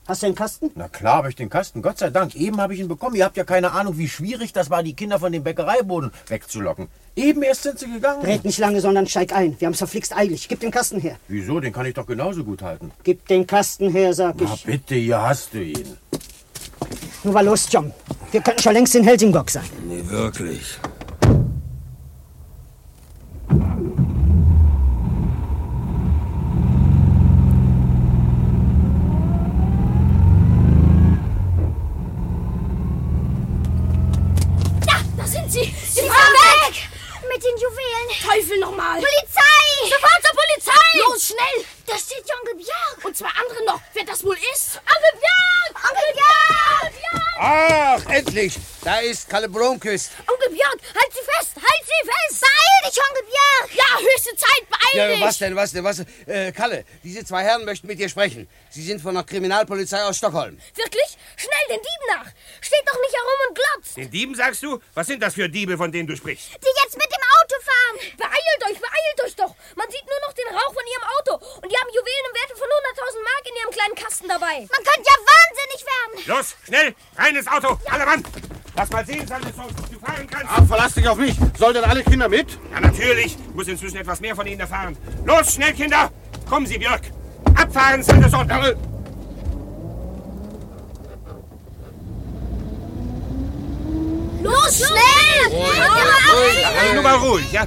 S17: Hast du den Kasten?
S11: Na klar habe ich den Kasten, Gott sei Dank. Eben habe ich ihn bekommen. Ihr habt ja keine Ahnung, wie schwierig das war, die Kinder von dem Bäckereiboden wegzulocken. Eben erst sind sie gegangen.
S17: Red nicht lange, sondern steig ein. Wir haben es verflixt eilig. Gib den Kasten her.
S11: Wieso? Den kann ich doch genauso gut halten.
S17: Gib den Kasten her, sag Na, ich.
S11: Na bitte, hier hast du ihn.
S17: Nun war los, John. Wir könnten schon längst in Helsingborg sein.
S5: Nee, wirklich.
S25: Ja, da sind sie.
S3: Sie, sie fahren weg. weg. Mit den Juwelen.
S24: Teufel nochmal.
S3: Polizei.
S25: Sofort zur Polizei.
S24: Los, schnell.
S3: Da steht Onkel Björk.
S24: Und zwei andere noch. Wer das wohl ist?
S25: Onkel Björk. Onkel Björk.
S26: Ach, endlich! Da ist Kalle Bromküst.
S25: Onkel Björk, halt sie fest! Halt sie fest!
S3: Beeil dich, Onkel Björk!
S25: Ja, höchste Zeit, beeil dich!
S26: Ja, was denn, was denn, was? Äh, Kalle, diese zwei Herren möchten mit dir sprechen. Sie sind von der Kriminalpolizei aus Stockholm.
S25: Wirklich? Schnell den Dieben nach! Steht doch nicht herum und glotzt!
S6: Den Dieben sagst du? Was sind das für Diebe, von denen du sprichst?
S3: Die jetzt mit dem Auto
S2: fahren! Beeilt euch, beeilt euch doch! Man sieht nur noch den Rauch von ihrem Auto und die haben Juwelen im Werte von 100.000 Mark in ihrem kleinen Kasten dabei. Man könnte ja wahnsinnig werden!
S6: Los, schnell, rein ins Auto, alle ran! Lass mal sehen, Sanderson, du fahren kannst.
S5: Ah, verlass dich auf mich. Sollen denn alle Kinder mit?
S6: Ja, natürlich. Ich muss inzwischen etwas mehr von Ihnen erfahren. Los, schnell, Kinder! Kommen Sie, Björk! Abfahren, Sanderson! Jawohl!
S2: Los, schnell!
S6: Also nur mal ruhig, ja?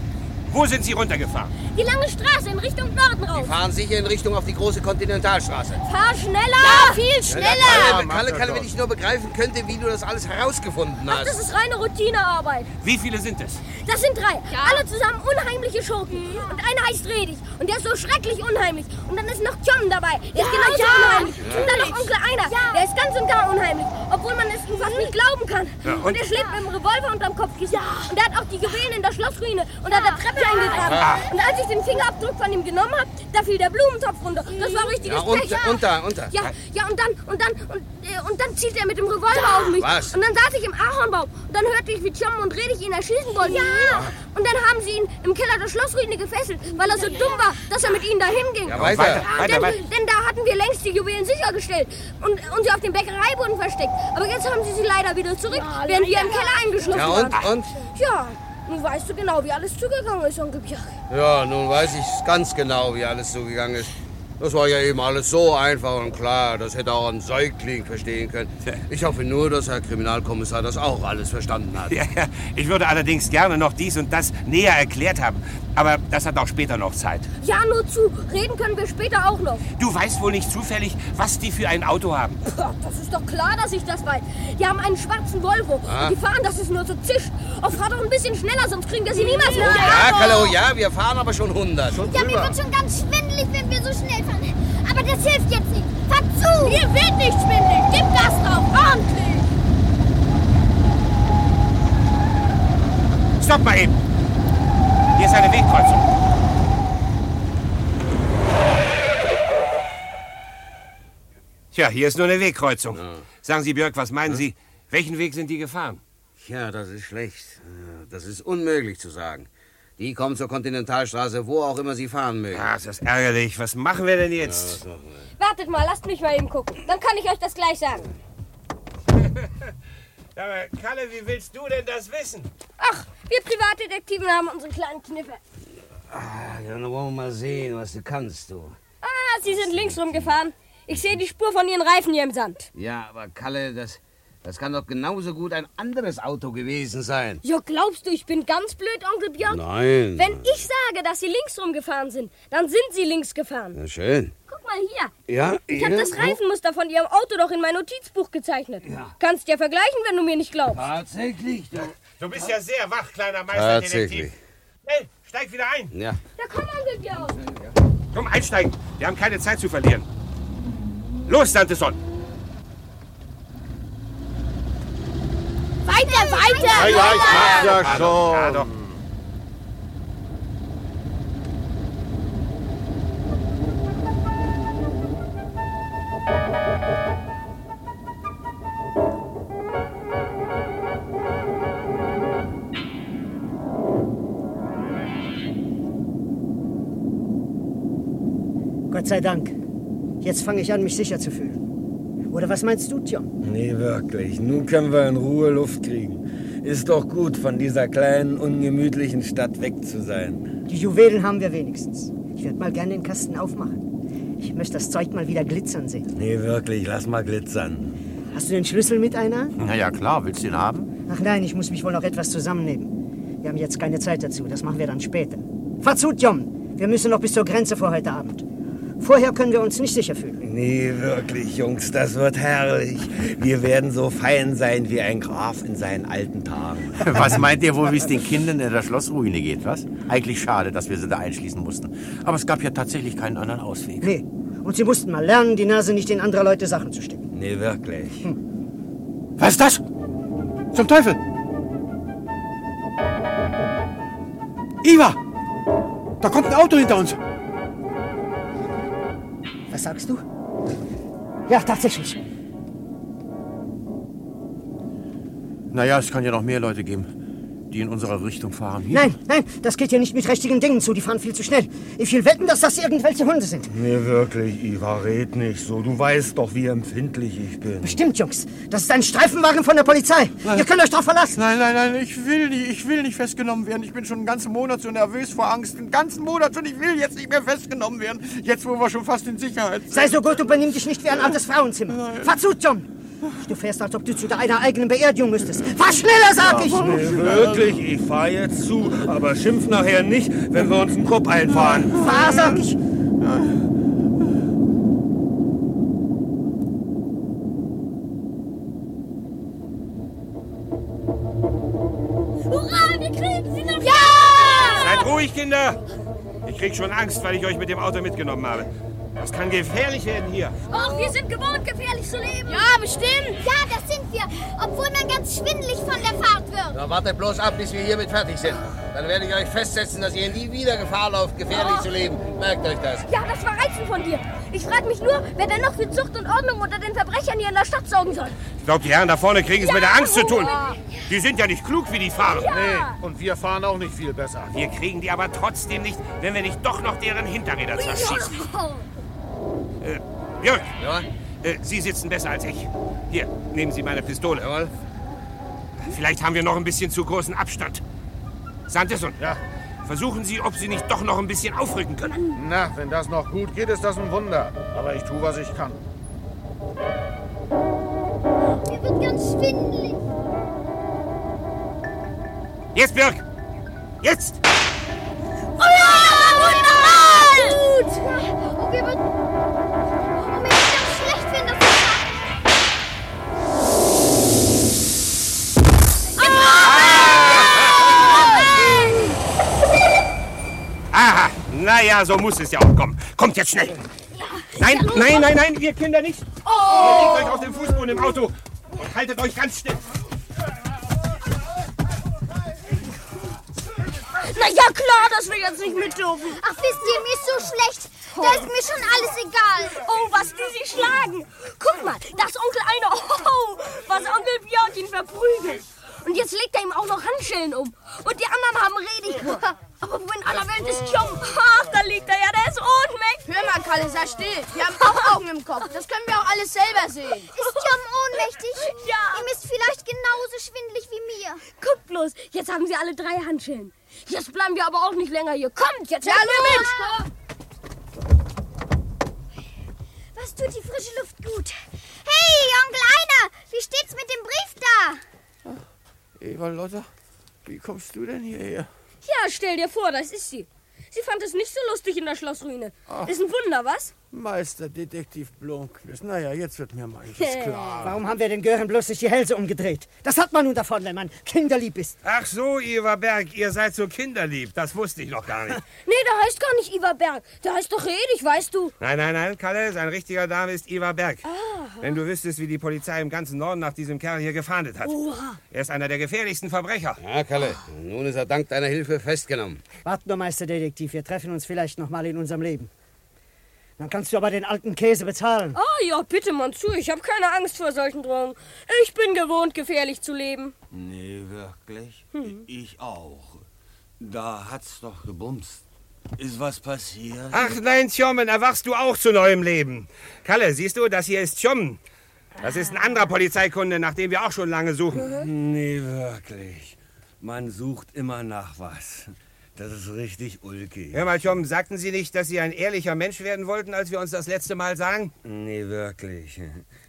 S6: Wo sind Sie runtergefahren?
S2: Die lange Straße in Richtung Norden raus.
S5: Fahren sicher in Richtung auf die große Kontinentalstraße.
S2: Fahr schneller!
S5: Ja,
S2: viel
S5: Kalle, Kalle, Kalle, wenn ich nur begreifen könnte, wie du das alles herausgefunden hast.
S2: Das ist reine Routinearbeit.
S6: Wie viele sind es?
S2: Das sind drei. Alle zusammen unheimliche Schurken. Und einer heißt Redig. Und der ist so schrecklich unheimlich. Und dann ist noch Tjom dabei. Der ist
S18: Ja,
S2: genau
S18: ja.
S2: unheimlich. Und dann noch Onkel Einer. Der ist ganz und gar unheimlich. Obwohl man es ihm
S18: Mhm.
S2: fast nicht glauben kann.
S6: Ja, und?
S2: und? er schlägt mit dem Revolver unterm Kopfkissen. Und er hat auch die Juwelen in der Schlossruine. Und hat der Treppe eingegraben.
S5: Ah.
S2: Und als ich den Fingerabdruck von ihm genommen habe, da fiel der Blumentopf runter. Das
S18: Mhm.
S2: war richtiges
S5: Ja, unter,
S2: Pech. Ja.
S5: unter, unter.
S2: Ja, ja, und dann, und dann, und, äh, und dann zielt er mit dem Revolver auf mich.
S5: Was?
S2: Und dann saß ich im Ahornbaum. Und dann hörte ich, wie Tjom und Redig ihn erschießen wollten. Ja. Und dann haben sie ihn im Keller der Schlossruine gefesselt, weil er so dumm war, dass er mit ihnen dahin ging.
S5: Ja, weiter, weiter,
S2: denn,
S5: weiter.
S2: denn da hatten wir längst die Juwelen sichergestellt und, und sie auf dem Bäckereiboden versteckt. Aber jetzt haben sie sie leider wieder zurück, während wir im Keller eingeschlossen
S5: Ja, und,
S2: waren.
S5: und?
S2: Tja, nun weißt du genau, wie alles zugegangen ist, Onkel Björk.
S5: Ja, nun weiß ich ganz genau, wie alles zugegangen ist. Das war ja eben alles so einfach und klar. Das hätte auch ein Säugling verstehen können. Ich hoffe nur, dass Herr Kriminalkommissar das auch alles verstanden hat.
S6: Ja, ja. Ich würde allerdings gerne noch dies und das näher erklärt haben. Aber das hat auch später noch Zeit.
S2: Ja, nur zu. Reden können wir später auch noch.
S6: Du weißt wohl nicht zufällig, was die für ein Auto haben.
S2: Pah, Das ist doch klar, dass ich das weiß. Die haben einen schwarzen Volvo.
S5: Ah.
S2: Und die fahren, dass es nur so zischt. Oh, fahr doch ein bisschen schneller, sonst kriegen wir sie niemals mehr.
S5: Ja, Kalle, oh ja, wir fahren aber schon 100. Schon
S18: Ja, mir
S5: drüber.
S18: wird schon ganz schwindelig, wenn wir so schnell fahren. Aber das hilft jetzt nicht. Fahrt zu! Mir wird nicht schwindelig. Gib Gas drauf. Ordentlich.
S6: Stopp mal eben. Hier ist eine Wegkreuzung. Tja, hier ist nur eine Wegkreuzung. Sagen Sie, Björk, was meinen Sie? Welchen Weg sind die gefahren?
S5: Ja, das ist schlecht. Das ist unmöglich zu sagen. Die kommen zur Kontinentalstraße, wo auch immer sie fahren mögen.
S6: Ah, das ist ärgerlich. Was machen wir denn jetzt?
S2: Wartet mal, lasst mich mal eben gucken. Dann kann ich euch das gleich sagen.
S6: Aber Kalle, wie willst du denn das wissen?
S2: Ach, wir Privatdetektiven haben unsere kleinen Kniffe.
S5: Ah, dann wollen wir mal sehen, was du kannst, du.
S2: Ah, sie sind links rumgefahren. Ich sehe die Spur von ihren Reifen hier im Sand.
S5: Ja, aber Kalle, das, das kann doch genauso gut ein anderes Auto gewesen sein.
S2: Ja, glaubst du, ich bin ganz blöd, Onkel Björn?
S5: Nein.
S2: Wenn ich sage, dass sie links rumgefahren sind, dann sind sie links gefahren.
S5: Na schön.
S2: Guck mal hier.
S5: Ja,
S2: Ich habe
S5: ja,
S2: das
S5: wo?
S2: Reifenmuster von ihrem Auto doch in mein Notizbuch gezeichnet. Kannst ja vergleichen, wenn du mir nicht glaubst.
S5: Tatsächlich.
S6: Du bist ja sehr wach, kleiner
S5: Tatsächlich.
S6: Schnell, steig wieder ein.
S5: Ja.
S2: Da komm, Onkel Björn.
S6: Komm, einsteigen. Wir haben keine Zeit zu verlieren. Los, Santeson.
S2: Weiter, weiter.
S6: ja
S11: Oh.
S6: schon. Ja, doch.
S17: Gott sei Dank. Jetzt fange ich an, mich sicher zu fühlen. Oder was meinst du, Tjom?
S27: Nee, wirklich. Nun können wir in Ruhe Luft kriegen. Ist doch gut, von dieser kleinen, ungemütlichen Stadt weg zu sein.
S17: Die Juwelen haben wir wenigstens. Ich werde mal gerne den Kasten aufmachen. Ich möchte das Zeug mal wieder glitzern sehen.
S27: Nee, wirklich, lass mal glitzern.
S17: Hast du den Schlüssel mit einer?
S11: Na ja, klar, willst du ihn haben?
S17: Ach nein, ich muss mich wohl noch etwas zusammennehmen. Wir haben jetzt keine Zeit dazu. Das machen wir dann später. Fahr zu, Tjom. Wir müssen noch bis zur Grenze vor heute Abend. Vorher können wir uns nicht sicher fühlen.
S27: Nee, wirklich, Jungs, das wird herrlich. Wir werden so fein sein wie ein Graf in seinen alten Tagen.
S11: [LAUGHS] Was meint ihr wohl, wie es den Kindern in der Schlossruine geht, was? Eigentlich schade, dass wir sie da einschließen mussten. Aber es gab ja tatsächlich keinen anderen Ausweg.
S17: Nee. Und sie mussten mal lernen, die Nase nicht in anderer Leute Sachen zu stecken.
S27: Nee, wirklich.
S11: Was ist das? Zum Teufel! Iva! Da kommt ein Auto hinter uns!
S17: Was sagst du? Ja, tatsächlich.
S11: Naja, es kann ja noch mehr Leute geben.
S28: die in unserer Richtung fahren. Hier.
S17: Nein, nein, das geht hier nicht mit richtigen Dingen zu. Die fahren viel zu schnell. Ich will wetten, dass das irgendwelche Hunde sind.
S5: Nee, wirklich, Iva, red nicht so. Du weißt doch, wie empfindlich ich bin.
S17: Stimmt, Jungs. Das ist ein Streifenwagen von der Polizei. Ihr könnt euch drauf verlassen.
S28: Nein, nein, nein, ich will nicht, ich will nicht festgenommen werden. Ich bin schon einen ganzen Monat so nervös vor Angst. Einen ganzen Monat schon, ich will jetzt nicht mehr festgenommen werden. Jetzt, wo wir schon fast in Sicherheit sind.
S17: Sei so gut und benimm dich nicht wie ein altes Frauenzimmer. Fahr zu, John. Du fährst, als ob du zu deiner eigenen Beerdigung müsstest. Fahr schneller, sag ich!
S5: Nee, wirklich, ich fahr jetzt zu, aber schimpf nachher nicht, wenn wir uns einen Kopf einfahren.
S17: Fahr, sag ich!
S18: Hurra, wir kriegen sie noch!
S6: Seid ruhig, Kinder! Ich krieg schon Angst, weil ich euch mit dem Auto mitgenommen habe. Das kann gefährlich werden hier.
S18: Och, wir sind gewohnt, gefährlich zu leben. Ja, bestimmt. Ja, das sind wir. Obwohl man ganz schwindelig von der Fahrt wird.
S29: Na, wartet bloß ab, bis wir hiermit fertig sind. Dann werde ich euch festsetzen, dass ihr nie wieder Gefahr lauft, gefährlich zu leben. Merkt euch das.
S2: Ja, das war reizend von dir. Ich frage mich nur, wer denn noch für Zucht und Ordnung unter den Verbrechern hier in der Stadt sorgen soll.
S6: Ich glaube, die Herren da vorne kriegen es mit der Angst zu tun.
S2: Ja.
S6: Die sind ja nicht klug, wie die fahren.
S2: Ja.
S6: Nee, und wir fahren auch nicht viel besser. Wir kriegen die aber trotzdem nicht, wenn wir nicht doch noch deren Hinterräder zerschießen. Äh, Jörg, äh, Sie sitzen besser als ich. Hier, nehmen Sie meine Pistole. Jawohl. Vielleicht haben wir noch ein bisschen zu großen Abstand. Sanderson, versuchen Sie, ob Sie nicht doch noch ein bisschen aufrücken können.
S30: Na, wenn das noch gut geht, ist das ein Wunder. Aber ich tue, was ich kann.
S18: Mir wird ganz schwindelig.
S6: Jetzt, Birk! Jetzt!
S18: Hurra, wunderbar! Gut. Oh, wir wird... Oh, mir wird ganz schlecht, wenn das...
S6: Aha, naja, so muss es ja auch kommen. Kommt jetzt schnell! Nein, nein, nein, nein, ihr Kinder nicht! Ihr legt euch auf den Fußboden im Auto und haltet euch ganz still.
S18: Na ja, klar, dass wir jetzt nicht mit dürfen. Ach, wisst ihr, mir ist so schlecht. Da ist mir schon alles egal.
S2: Oh, was die sich schlagen. Guck mal, da ist Onkel Einer. Oh, was Onkel Björk ihn verprügelt. Und jetzt legt er ihm auch noch Handschellen um. Und die anderen haben
S18: [LAUGHS]
S2: Redikur. Aber wo in aller Welt ist Jom? Ach, da liegt er ja, der ist ohnmächtig.
S1: Hör mal, Kalle, sei still. Wir haben auch Augen im Kopf. Das können wir auch alles selber sehen.
S18: [LAUGHS] Ist Tom ohnmächtig? Ja. Ihm ist vielleicht genauso schwindelig wie mir.
S2: Guckt bloß, jetzt haben sie alle drei Handschellen. Jetzt bleiben wir aber auch nicht länger hier. Kommt, jetzt
S18: Ja,
S2: helfen wir mit.
S18: los! Was tut die frische Luft gut? Hey, Onkel Einer, wie steht's mit dem Brief da?
S11: Eva Lotta, wie kommst du denn hierher?
S2: Ja, stell dir vor, das ist sie. Sie fand es nicht so lustig in der Schlossruine.
S11: Ach.
S2: Ist ein Wunder, was?
S11: Meisterdetektiv Blomqvist. Naja, jetzt wird mir manches klar.
S17: Warum haben wir den Gören bloß nicht die Hälse umgedreht? Das hat man nun davon, wenn man kinderlieb ist.
S6: Ach so, Eva Berg, ihr seid so kinderlieb. Das wusste ich noch gar nicht.
S2: Nee, der heißt gar nicht Ivar Berg. Der heißt doch Redig, weißt du.
S6: Nein, nein, nein, Kalle, sein richtiger Name ist Eva Berg.
S2: Ah.
S6: Wenn du wüsstest, wie die Polizei im ganzen Norden nach diesem Kerl hier gefahndet hat.
S17: Oha.
S6: Er ist einer der gefährlichsten Verbrecher.
S31: Ja, Kalle, nun ist er dank deiner Hilfe festgenommen.
S17: Wart nur, Meisterdetektiv, wir treffen uns vielleicht noch mal in unserem Leben. Dann kannst du aber den alten Käse bezahlen.
S2: Oh ja, bitte, Mann, zu. Ich habe keine Angst vor solchen Drogen. Ich bin gewohnt, gefährlich zu leben.
S32: Nee, wirklich?
S2: Hm.
S32: Ich auch. Da hat's doch gebumst. Ist was passiert?
S6: Ach nein, Tjommen, erwachst du auch zu neuem Leben. Kalle, siehst du, das hier ist Tjommen. Das ist ein anderer Polizeikunde, nach dem wir auch schon lange
S5: Mhm.
S6: suchen.
S5: Nee, wirklich. Man sucht immer nach was. Das ist richtig ulkig.
S6: Hör mal, Tjommen, sagten Sie nicht, dass Sie ein ehrlicher Mensch werden wollten, als wir uns das letzte Mal sagen?
S5: Nee, wirklich.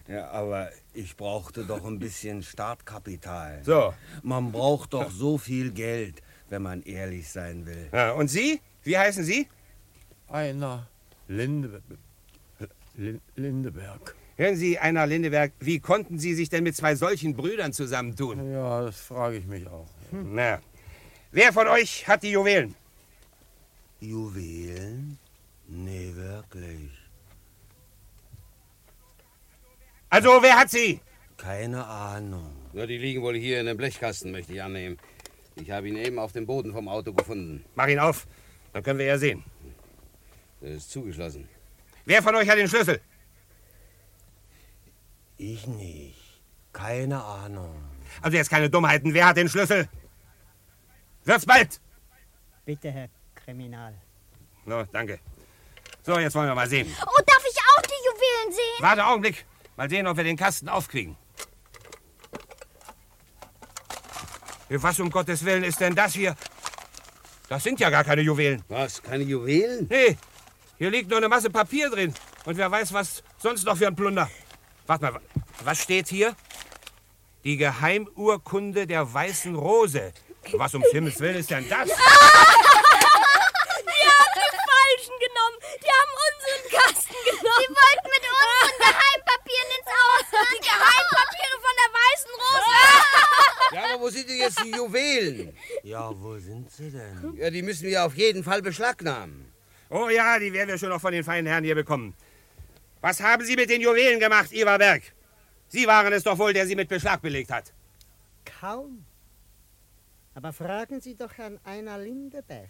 S5: Ja, aber ich brauchte doch ein bisschen Startkapital.
S6: So.
S5: Man braucht doch so viel Geld, wenn man ehrlich sein will.
S6: Ja, und Sie? Wie heißen Sie?
S11: Einer Linde, Lin- Lindeberg.
S6: Hören Sie, Einer Lindeberg, wie konnten Sie sich denn mit zwei solchen Brüdern zusammentun?
S11: Ja, das frage ich mich auch.
S6: Na, wer von euch hat die Juwelen?
S5: Juwelen? Nee, wirklich.
S6: Also, wer hat sie?
S5: Keine Ahnung.
S31: Ja, die liegen wohl hier in dem Blechkasten, möchte ich annehmen. Ich habe ihn eben auf dem Boden vom Auto gefunden.
S6: Mach ihn auf, dann können wir ja sehen.
S31: Er äh, ist zugeschlossen.
S6: Wer von euch hat den Schlüssel?
S5: Ich nicht. Keine Ahnung.
S6: Also jetzt keine Dummheiten. Wer hat den Schlüssel? Wird's bald!
S17: Bitte, Herr Kriminal.
S6: So, danke. So, jetzt wollen wir mal sehen.
S33: Oh, darf ich auch die Juwelen sehen?
S6: Warte, Augenblick. Mal sehen, ob wir den Kasten aufkriegen. Was um Gottes Willen ist denn das hier? Das sind ja gar keine Juwelen.
S34: Was? Keine Juwelen?
S6: Nee, hier liegt nur eine Masse Papier drin. Und wer weiß, was sonst noch für ein Plunder. Warte mal, wa- was steht hier? Die Geheimurkunde der Weißen Rose. Was um Himmels Willen ist denn das?
S2: Die haben die Falschen genommen. Die haben unseren [LAUGHS] Kasten genommen. Die wollten mit unseren Geheimpapieren ins ne? Ausland. [LAUGHS] Die Geheimpapiere von der Weißen Rose. [LAUGHS]
S34: Ja, aber wo sind denn jetzt die Juwelen?
S5: Ja, wo sind sie denn?
S34: Ja, die müssen wir auf jeden Fall beschlagnahmen.
S6: Oh ja, die werden wir schon noch von den feinen Herren hier bekommen. Was haben Sie mit den Juwelen gemacht, Iverberg? Sie waren es doch wohl, der sie mit Beschlag belegt hat.
S17: Kaum. Aber fragen Sie doch Herrn Einer Lindeberg.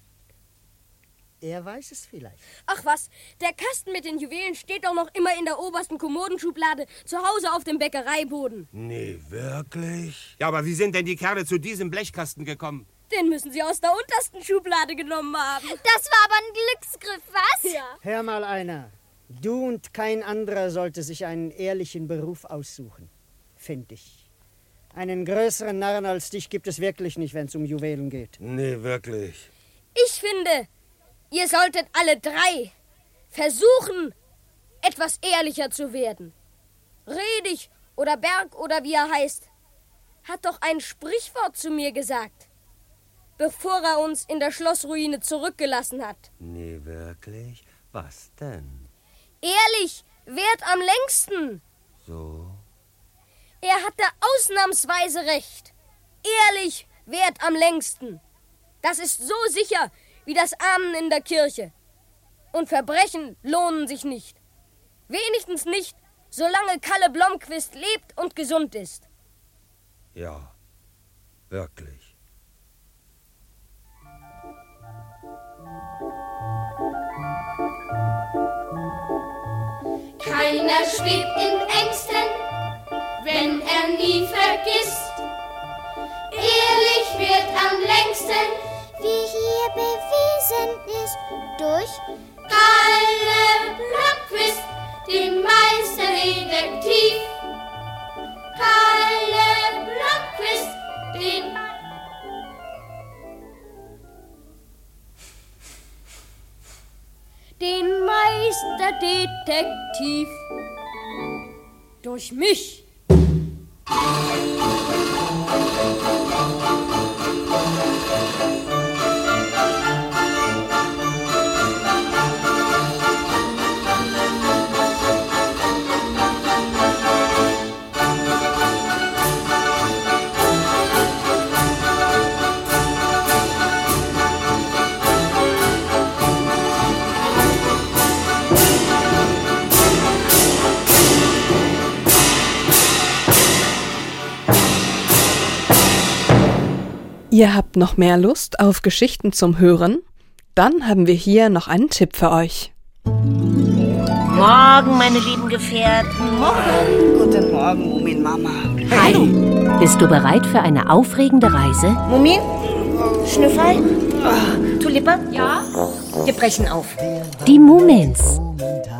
S17: Er weiß es vielleicht.
S2: Ach was, der Kasten mit den Juwelen steht doch noch immer in der obersten Kommodenschublade zu Hause auf dem Bäckereiboden.
S6: Nee, wirklich? Ja, aber wie sind denn die Kerle zu diesem Blechkasten gekommen?
S2: Den müssen sie aus der untersten Schublade genommen haben.
S33: Das war aber ein Glücksgriff, was?
S2: Ja.
S17: Hör mal einer. Du und kein anderer sollte sich einen ehrlichen Beruf aussuchen. Find ich. Einen größeren Narren als dich gibt es wirklich nicht, wenn es um Juwelen geht.
S35: Nee, wirklich.
S2: Ich finde, ihr solltet alle drei versuchen, etwas ehrlicher zu werden. Redig oder Berg oder wie er heißt, hat doch ein Sprichwort zu mir gesagt, bevor er uns in der Schlossruine zurückgelassen hat.
S5: Nee, wirklich? Was denn?
S2: Ehrlich währt am längsten.
S5: So?
S2: Er hatte ausnahmsweise recht. Ehrlich währt am längsten. Das ist so sicher wie das Amen in der Kirche. Und Verbrechen lohnen sich nicht. Wenigstens nicht, solange Kalle Blomquist lebt und gesund ist.
S35: Ja, wirklich.
S3: Keiner schwebt in Ängsten, wenn er nie vergisst. Ehrlich wird am längsten, wie hier bewiesen ist, durch Kalle Blomqvist, den Meisterdetektiv. Kalle Blomqvist, den
S2: Den Meisterdetektiv. Durch mich.
S18: Ihr habt noch mehr Lust auf Geschichten zum Hören? Dann haben wir hier noch einen Tipp für euch.
S36: Morgen, meine lieben Gefährten. Morgen. Guten Morgen, Mumin Mama. Hallo.
S11: Bist du bereit für eine aufregende Reise?
S36: Mumin? Schnüffel? Oh, Tulipa?
S11: Ja.
S36: Wir brechen auf.
S11: Die Mumins.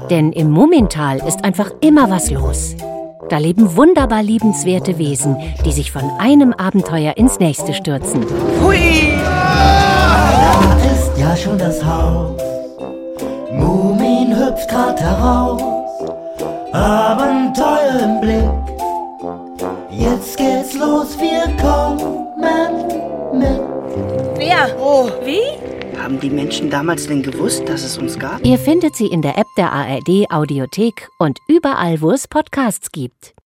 S11: Denn im Mumintal ist einfach immer was los. Da leben wunderbar liebenswerte Wesen, die sich von einem Abenteuer ins nächste stürzen.
S36: Hui!
S37: Da ist ja schon das Haus. Mumin hüpft grad heraus. Abenteuer im Blick. Jetzt geht's los, wir kommen mit.
S36: Wer? Oh. Wie? Haben die Menschen damals denn gewusst, dass es uns gab?
S11: Ihr findet sie in der App der ARD Audiothek und überall, wo es Podcasts gibt.